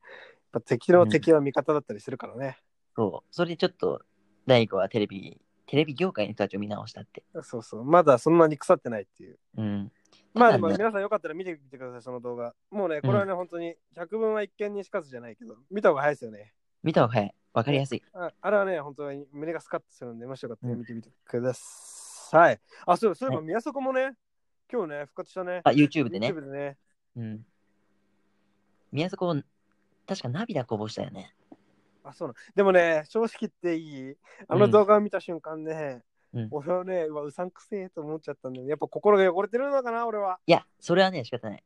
Speaker 1: ぱ敵の
Speaker 2: うん
Speaker 1: 敵は味方だったりするからね。
Speaker 2: それでちょっと大悟はテレビ、テレビ業界の人たちを見直したって。
Speaker 1: そうそう。まだそんなに腐ってないっていう。
Speaker 2: うん。
Speaker 1: まあ
Speaker 2: た
Speaker 1: で
Speaker 2: だ
Speaker 1: も
Speaker 2: ね
Speaker 1: 皆さんよかったら見てみてください、その動画。もうね、これはね、本当に百分は一見にしかずじゃないけど、見た方が早いですよね。
Speaker 2: 見た方が早い。わかりやすい。
Speaker 1: ああれはね、本当に胸がスカッとするんで、もしよかったら見てみてください。あ、そう、そういえば宮迫もね、今日ね、復活したね。
Speaker 2: あ、YouTube でね
Speaker 1: YouTube。でね。
Speaker 2: うん。宮迫、確か涙こぼしたよね。
Speaker 1: あ、そうなのでもね、正直言っていい。あの動画を見た瞬間ね、
Speaker 2: うん
Speaker 1: 俺はね、うわ、うさんくせえと思っちゃったんだよね。やっぱ心が汚れてるのかな、俺は。
Speaker 2: いや、それはね、仕方ない。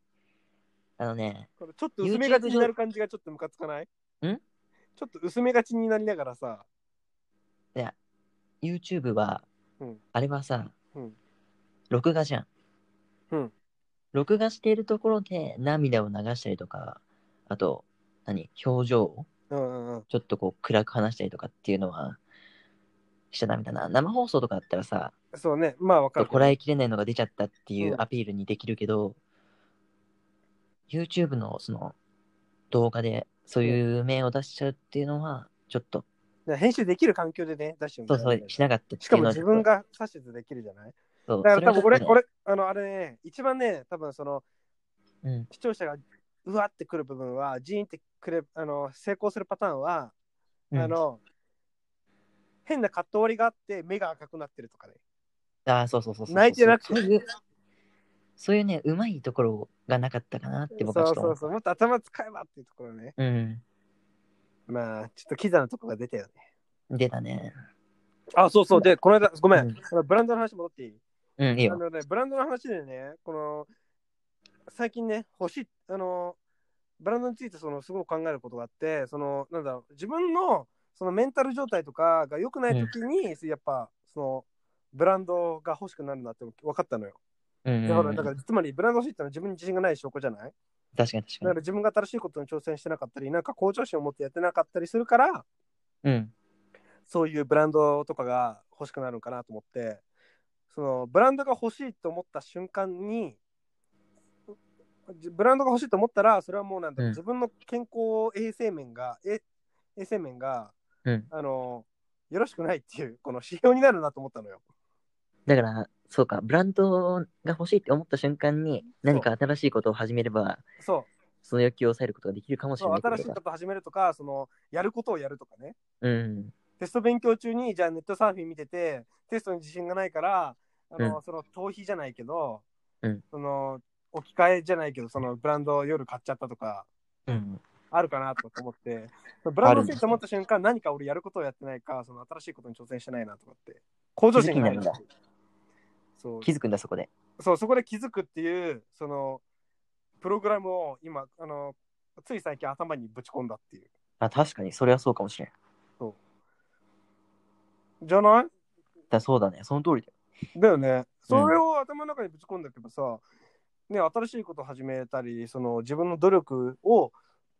Speaker 2: あのね、
Speaker 1: これちょっと薄めがちになる感じがちょっとムカつかない
Speaker 2: ん
Speaker 1: ちょっと薄めがちになりながらさ、
Speaker 2: YouTube は、
Speaker 1: うん
Speaker 2: あれはさ、
Speaker 1: うん
Speaker 2: 録画じゃん。
Speaker 1: うん
Speaker 2: 録画しているところで涙を流したりとか、あと、何、表情を
Speaker 1: うんうんうん、
Speaker 2: ちょっとこう暗く話したりとかっていうのは、しちゃダメだな。生放送とかだったらさ、
Speaker 1: そうね、まあわかる。
Speaker 2: こらえきれないのが出ちゃったっていううんアピールにできるけど、YouTube のその動画でそういう面を出しちゃうっていうのは、ちょっと、
Speaker 1: 編集できる環境でね、出しても
Speaker 2: そう
Speaker 1: ら
Speaker 2: そ
Speaker 1: える
Speaker 2: う、しなかったって
Speaker 1: し
Speaker 2: い
Speaker 1: か
Speaker 2: う
Speaker 1: も
Speaker 2: のは
Speaker 1: 自分、が指図できるじゃない
Speaker 2: ちょっと
Speaker 1: だ
Speaker 2: そ
Speaker 1: か
Speaker 2: う
Speaker 1: ら多分
Speaker 2: そ
Speaker 1: 俺、
Speaker 2: れはちょっとね
Speaker 1: 俺、あの、あれね、一番ね、多分その、
Speaker 2: うん、
Speaker 1: 視聴者がうわってくる部分は、ジーンってくれ、あの、成功するパターンは、
Speaker 2: うん
Speaker 1: あの、変なカット割りがあって目が赤くなってるとかね
Speaker 2: ああ、そうそうそうそう。
Speaker 1: 泣いてなくて
Speaker 2: そういう、そういうね、うまいところがなかったかなって僕はちょ
Speaker 1: そ
Speaker 2: っ
Speaker 1: うそ
Speaker 2: と思う
Speaker 1: うそうもっと頭使えばっていうところね
Speaker 2: うん。
Speaker 1: まあちょっとキザなとこが出たよね
Speaker 2: 出たね。
Speaker 1: あそうそうでこの間ごめ
Speaker 2: うん
Speaker 1: ん、このブランドの話戻っていい
Speaker 2: うん、
Speaker 1: あ
Speaker 2: いいよ。
Speaker 1: のね、ブランドの話でね、この、最近ね、欲しい、あの、ブランドについてそのすごく考えることがあって、その、なんだろう、自分のそのメンタル状態とかが良くない時に、やっぱ、その、ブランドが欲しくなるなって分かったのよ。
Speaker 2: うん、
Speaker 1: だか
Speaker 2: う
Speaker 1: ら、
Speaker 2: ん
Speaker 1: だからつまりブランド欲しいってのは自分に自信がない証拠じゃない
Speaker 2: 確かに確
Speaker 1: だか
Speaker 2: から
Speaker 1: 自分が新しいことに挑戦してなかったり、なんか向上心を持ってやってなかったりするから、
Speaker 2: に。うん。
Speaker 1: そういうブランドとかが欲しくなるのかなと思ってそのブランドが欲しいと思った瞬間にじブランドが欲しいと思ったらそれはもうなんだろう、
Speaker 2: うん
Speaker 1: 自分の健康衛生面がえ衛生面が
Speaker 2: うん。
Speaker 1: あのよろしくないっていうこの指標になるなと思ったのよ。
Speaker 2: だから、そうか、ブランドが欲しいって思った瞬間に、何か新しいことを始めれば、
Speaker 1: そう
Speaker 2: その欲求を抑えることができるかもしれ
Speaker 1: そう
Speaker 2: ないってこ
Speaker 1: 新
Speaker 2: と
Speaker 1: しい
Speaker 2: か
Speaker 1: こと始めるとかそのやることをやるとかね
Speaker 2: うん。
Speaker 1: テスト勉強中にじゃあネットサーフィン見ててテストに自信がないからあの、その逃避じゃないけど、
Speaker 2: うん
Speaker 1: その置き換えじゃないけどそのブランドを夜買っちゃったとか
Speaker 2: うん。
Speaker 1: あるかなとか思ってブランドセット持った瞬間何か俺やることをやってないかその新しいことに挑戦してないなとかって向上心がない
Speaker 2: 気づきにな
Speaker 1: そう
Speaker 2: 気づくんだ、そこで。
Speaker 1: そうそこで気づくっていうそのプログラムを今あのつい最近頭にぶち込んだっていう
Speaker 2: あ、確かに、それはそうかもしれん。
Speaker 1: じゃない
Speaker 2: だそうだね、その通りだよ。
Speaker 1: だよね。それを頭の中にぶち込んだけどさ、ね、新しいこと始めたり、その自分の努力を、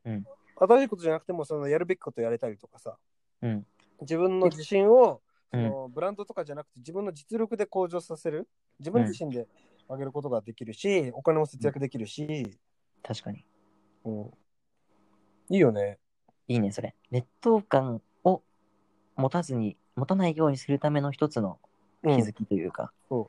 Speaker 2: うん
Speaker 1: 新しいことじゃなくても、そのやるべきことやれたりとかさ、
Speaker 2: うん
Speaker 1: 自分の自信を、そ
Speaker 2: うん
Speaker 1: のブランドとかじゃなくて自分の実力で向上させる、自分自身で上げることができるし、お金も節約できるし、
Speaker 2: 確かに。
Speaker 1: うんいいよね。
Speaker 2: いいね、それ。劣等感を持たずに、持たないようにするための一つの気づきというか、
Speaker 1: ちょ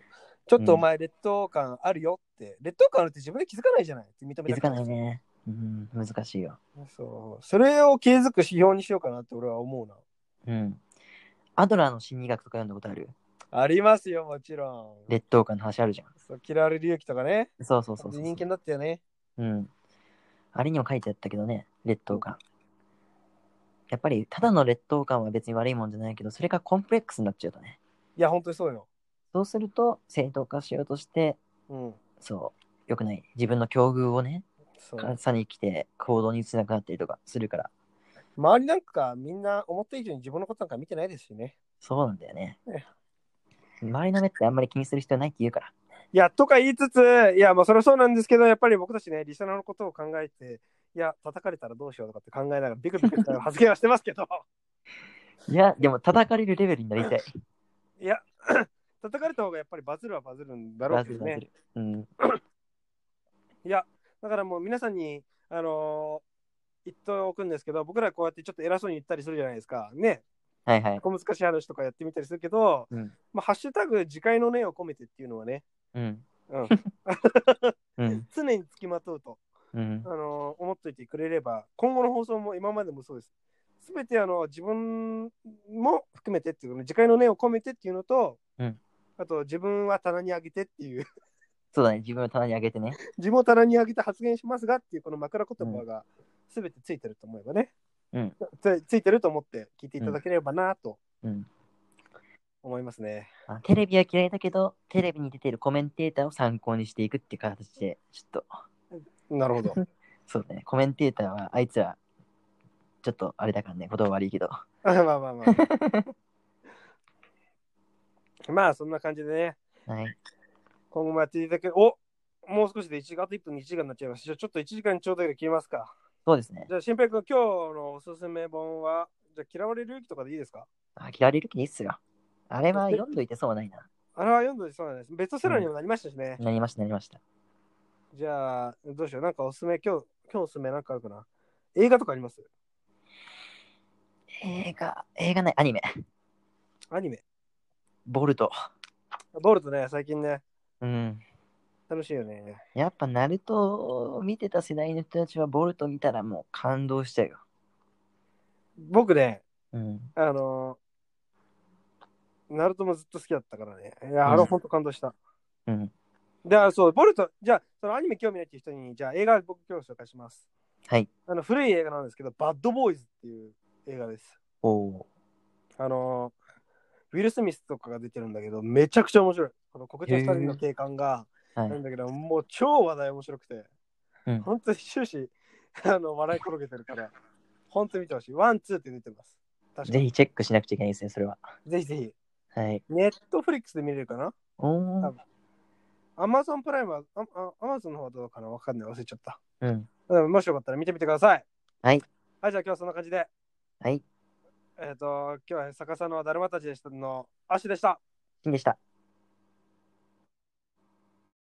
Speaker 1: っとお前、劣等感あるよって、劣等感あるって自分で気づかないじゃないって認めた
Speaker 2: 気づかない
Speaker 1: ね
Speaker 2: ね。うん、難しいよ。
Speaker 1: そう。それを気づく指標にしようかなって俺は思うな。
Speaker 2: うん。アドラーの心理学とか読んだことある
Speaker 1: ありますよ、もちろん。
Speaker 2: 劣等感の話あるじゃ
Speaker 1: そう嫌われる勇気とかね。
Speaker 2: ん。そうそうそうそう
Speaker 1: 人気になったよね。
Speaker 2: うん。あれにも書いてあったけどね、劣等感。やっぱり、ただの劣等感は別に悪いもんじゃないけど、それがコンプレックスになっちゃうとね。
Speaker 1: いや、本当にそうよ。
Speaker 2: そうすると、正当化しようとして、
Speaker 1: うん。
Speaker 2: そう、良くない。自分の境遇をね、
Speaker 1: そう。
Speaker 2: さに来て行動に移せなくなったりとかするから、
Speaker 1: 周りなんかみんな思った以上に自分のことなんか見てないですしね。
Speaker 2: そうなんだよね
Speaker 1: え。
Speaker 2: 周りの目ってあんまり気にする必要ないって言うから。
Speaker 1: いや、とか言いつつ、いや、まあそれはそうなんですけど、やっぱり僕たちね、リスナーのことを考えて、いや、叩かれたらどうしようとかって考えながらビクビクした発言はしてますけど、
Speaker 2: いや、でも叩かれるレベルになりたい。
Speaker 1: いや、叩かれた方がやっぱりバズるはバズる [LAUGHS] んだろ
Speaker 2: バ
Speaker 1: うけ
Speaker 2: ズる
Speaker 1: ど
Speaker 2: バ
Speaker 1: ね
Speaker 2: ズ。る。うん。
Speaker 1: いや、だからもう皆さんに、あのー言っておくんですけど、僕らこうやってちょっと偉そうに言ったりするじゃないですか。ね、
Speaker 2: はいはい。
Speaker 1: 小難しい話とかやってみたりするけど、
Speaker 2: うん。
Speaker 1: まあ、ハッシュタグ、自戒の念を込めてっていうのはね、
Speaker 2: うん。
Speaker 1: うん、
Speaker 2: うん。
Speaker 1: 常につきまとうと、
Speaker 2: うん
Speaker 1: あ。のー思っといてくれれば、今後の放送も今までもそうです。すべてあの自分も含めてっていうの、自戒の念を込めてっていうのと、
Speaker 2: うん
Speaker 1: あと自分は棚にあげてっていう、
Speaker 2: そうだね。自分を棚に上げてね。
Speaker 1: 自分を棚にあげて発言しますがっていうこの枕言葉がすべてついてると思えばね、
Speaker 2: うん
Speaker 1: つ、ついてると思って聞いていただければなと
Speaker 2: うん。
Speaker 1: 思いますね。
Speaker 2: あテレビは嫌いだけど、テレビに出てるコメンテーターを参考にしていくっていう形で、ちょっと、
Speaker 1: なるほ
Speaker 2: [LAUGHS]
Speaker 1: ど。 [LAUGHS]
Speaker 2: そうだね。コメンテーターは、あいつら、ちょっとあれだからね、言葉悪いけど。
Speaker 1: まあまあまあまあ。まあそんな感じでね、
Speaker 2: はい。
Speaker 1: 今後もやっていただけおもう少しで1時間、あと1分、2時間になっちゃいます。じゃあちょっと1時間ちょうどで切りますか。
Speaker 2: そうですね。
Speaker 1: じゃあ、新平君、今日のおすすめ本は、じゃあ嫌われる勇気とかでいいですか
Speaker 2: あ、嫌われる気でいいっすよ。あれは読んどいて損はないな。
Speaker 1: あれは読んでそうなんです。ベストセラーにもなりましたしね。
Speaker 2: なりました、なりました。
Speaker 1: じゃあ、どうしよう。なんかおすすめ、今日、今日おすすめなんかあるかな映画とかあります
Speaker 2: 映画、映画ない、アニメ。
Speaker 1: アニメ。
Speaker 2: ボルト。
Speaker 1: ボルトね、最近ね、
Speaker 2: うん。
Speaker 1: 楽しいよね。
Speaker 2: やっぱ、ナルトを見てた世代の人たちは、ボルト見たらもう感動しちゃうよ。
Speaker 1: 僕ね、
Speaker 2: うん。
Speaker 1: あのナルトもずっと好きだったからね。いや、あ
Speaker 2: う
Speaker 1: れ
Speaker 2: ん
Speaker 1: 本当感動した。
Speaker 2: うん。
Speaker 1: で、あそう、ボルト、じゃあ、そのアニメ興味ないっていう人に、じゃあ映画僕今日紹介します。
Speaker 2: はい。
Speaker 1: あの、古い映画なんですけど、バッドボーイズっていう映画です。
Speaker 2: おお
Speaker 1: あのーウィル・スミスとかが出てるんだけど、めちゃくちゃ面白い。この黒人二人の警官が、
Speaker 2: ー。
Speaker 1: な
Speaker 2: は
Speaker 1: ん
Speaker 2: い。
Speaker 1: だけど、もう超話題面白くて、
Speaker 2: うん
Speaker 1: 本当に終始、 [LAUGHS] あの、笑い転げてるから、本当見てほしい。ワン、ツーって出てます。確か
Speaker 2: ぜ
Speaker 1: に。
Speaker 2: ひチェックしなくちゃいけないですね、それは。
Speaker 1: ぜひぜひ。
Speaker 2: はい。
Speaker 1: ネットフリックスで見れるかな
Speaker 2: おお。
Speaker 1: アマゾンプライムは、ああアマゾンの方はどうかなわかんない。忘れちゃった。
Speaker 2: うん。
Speaker 1: うんもしよかったら見てみてください。
Speaker 2: はい。
Speaker 1: はい、じゃあ今日はそんな感じで、
Speaker 2: はい。
Speaker 1: えっ、と、今日は逆さのだるまたちでしたの、アッシュでした。
Speaker 2: 金でした。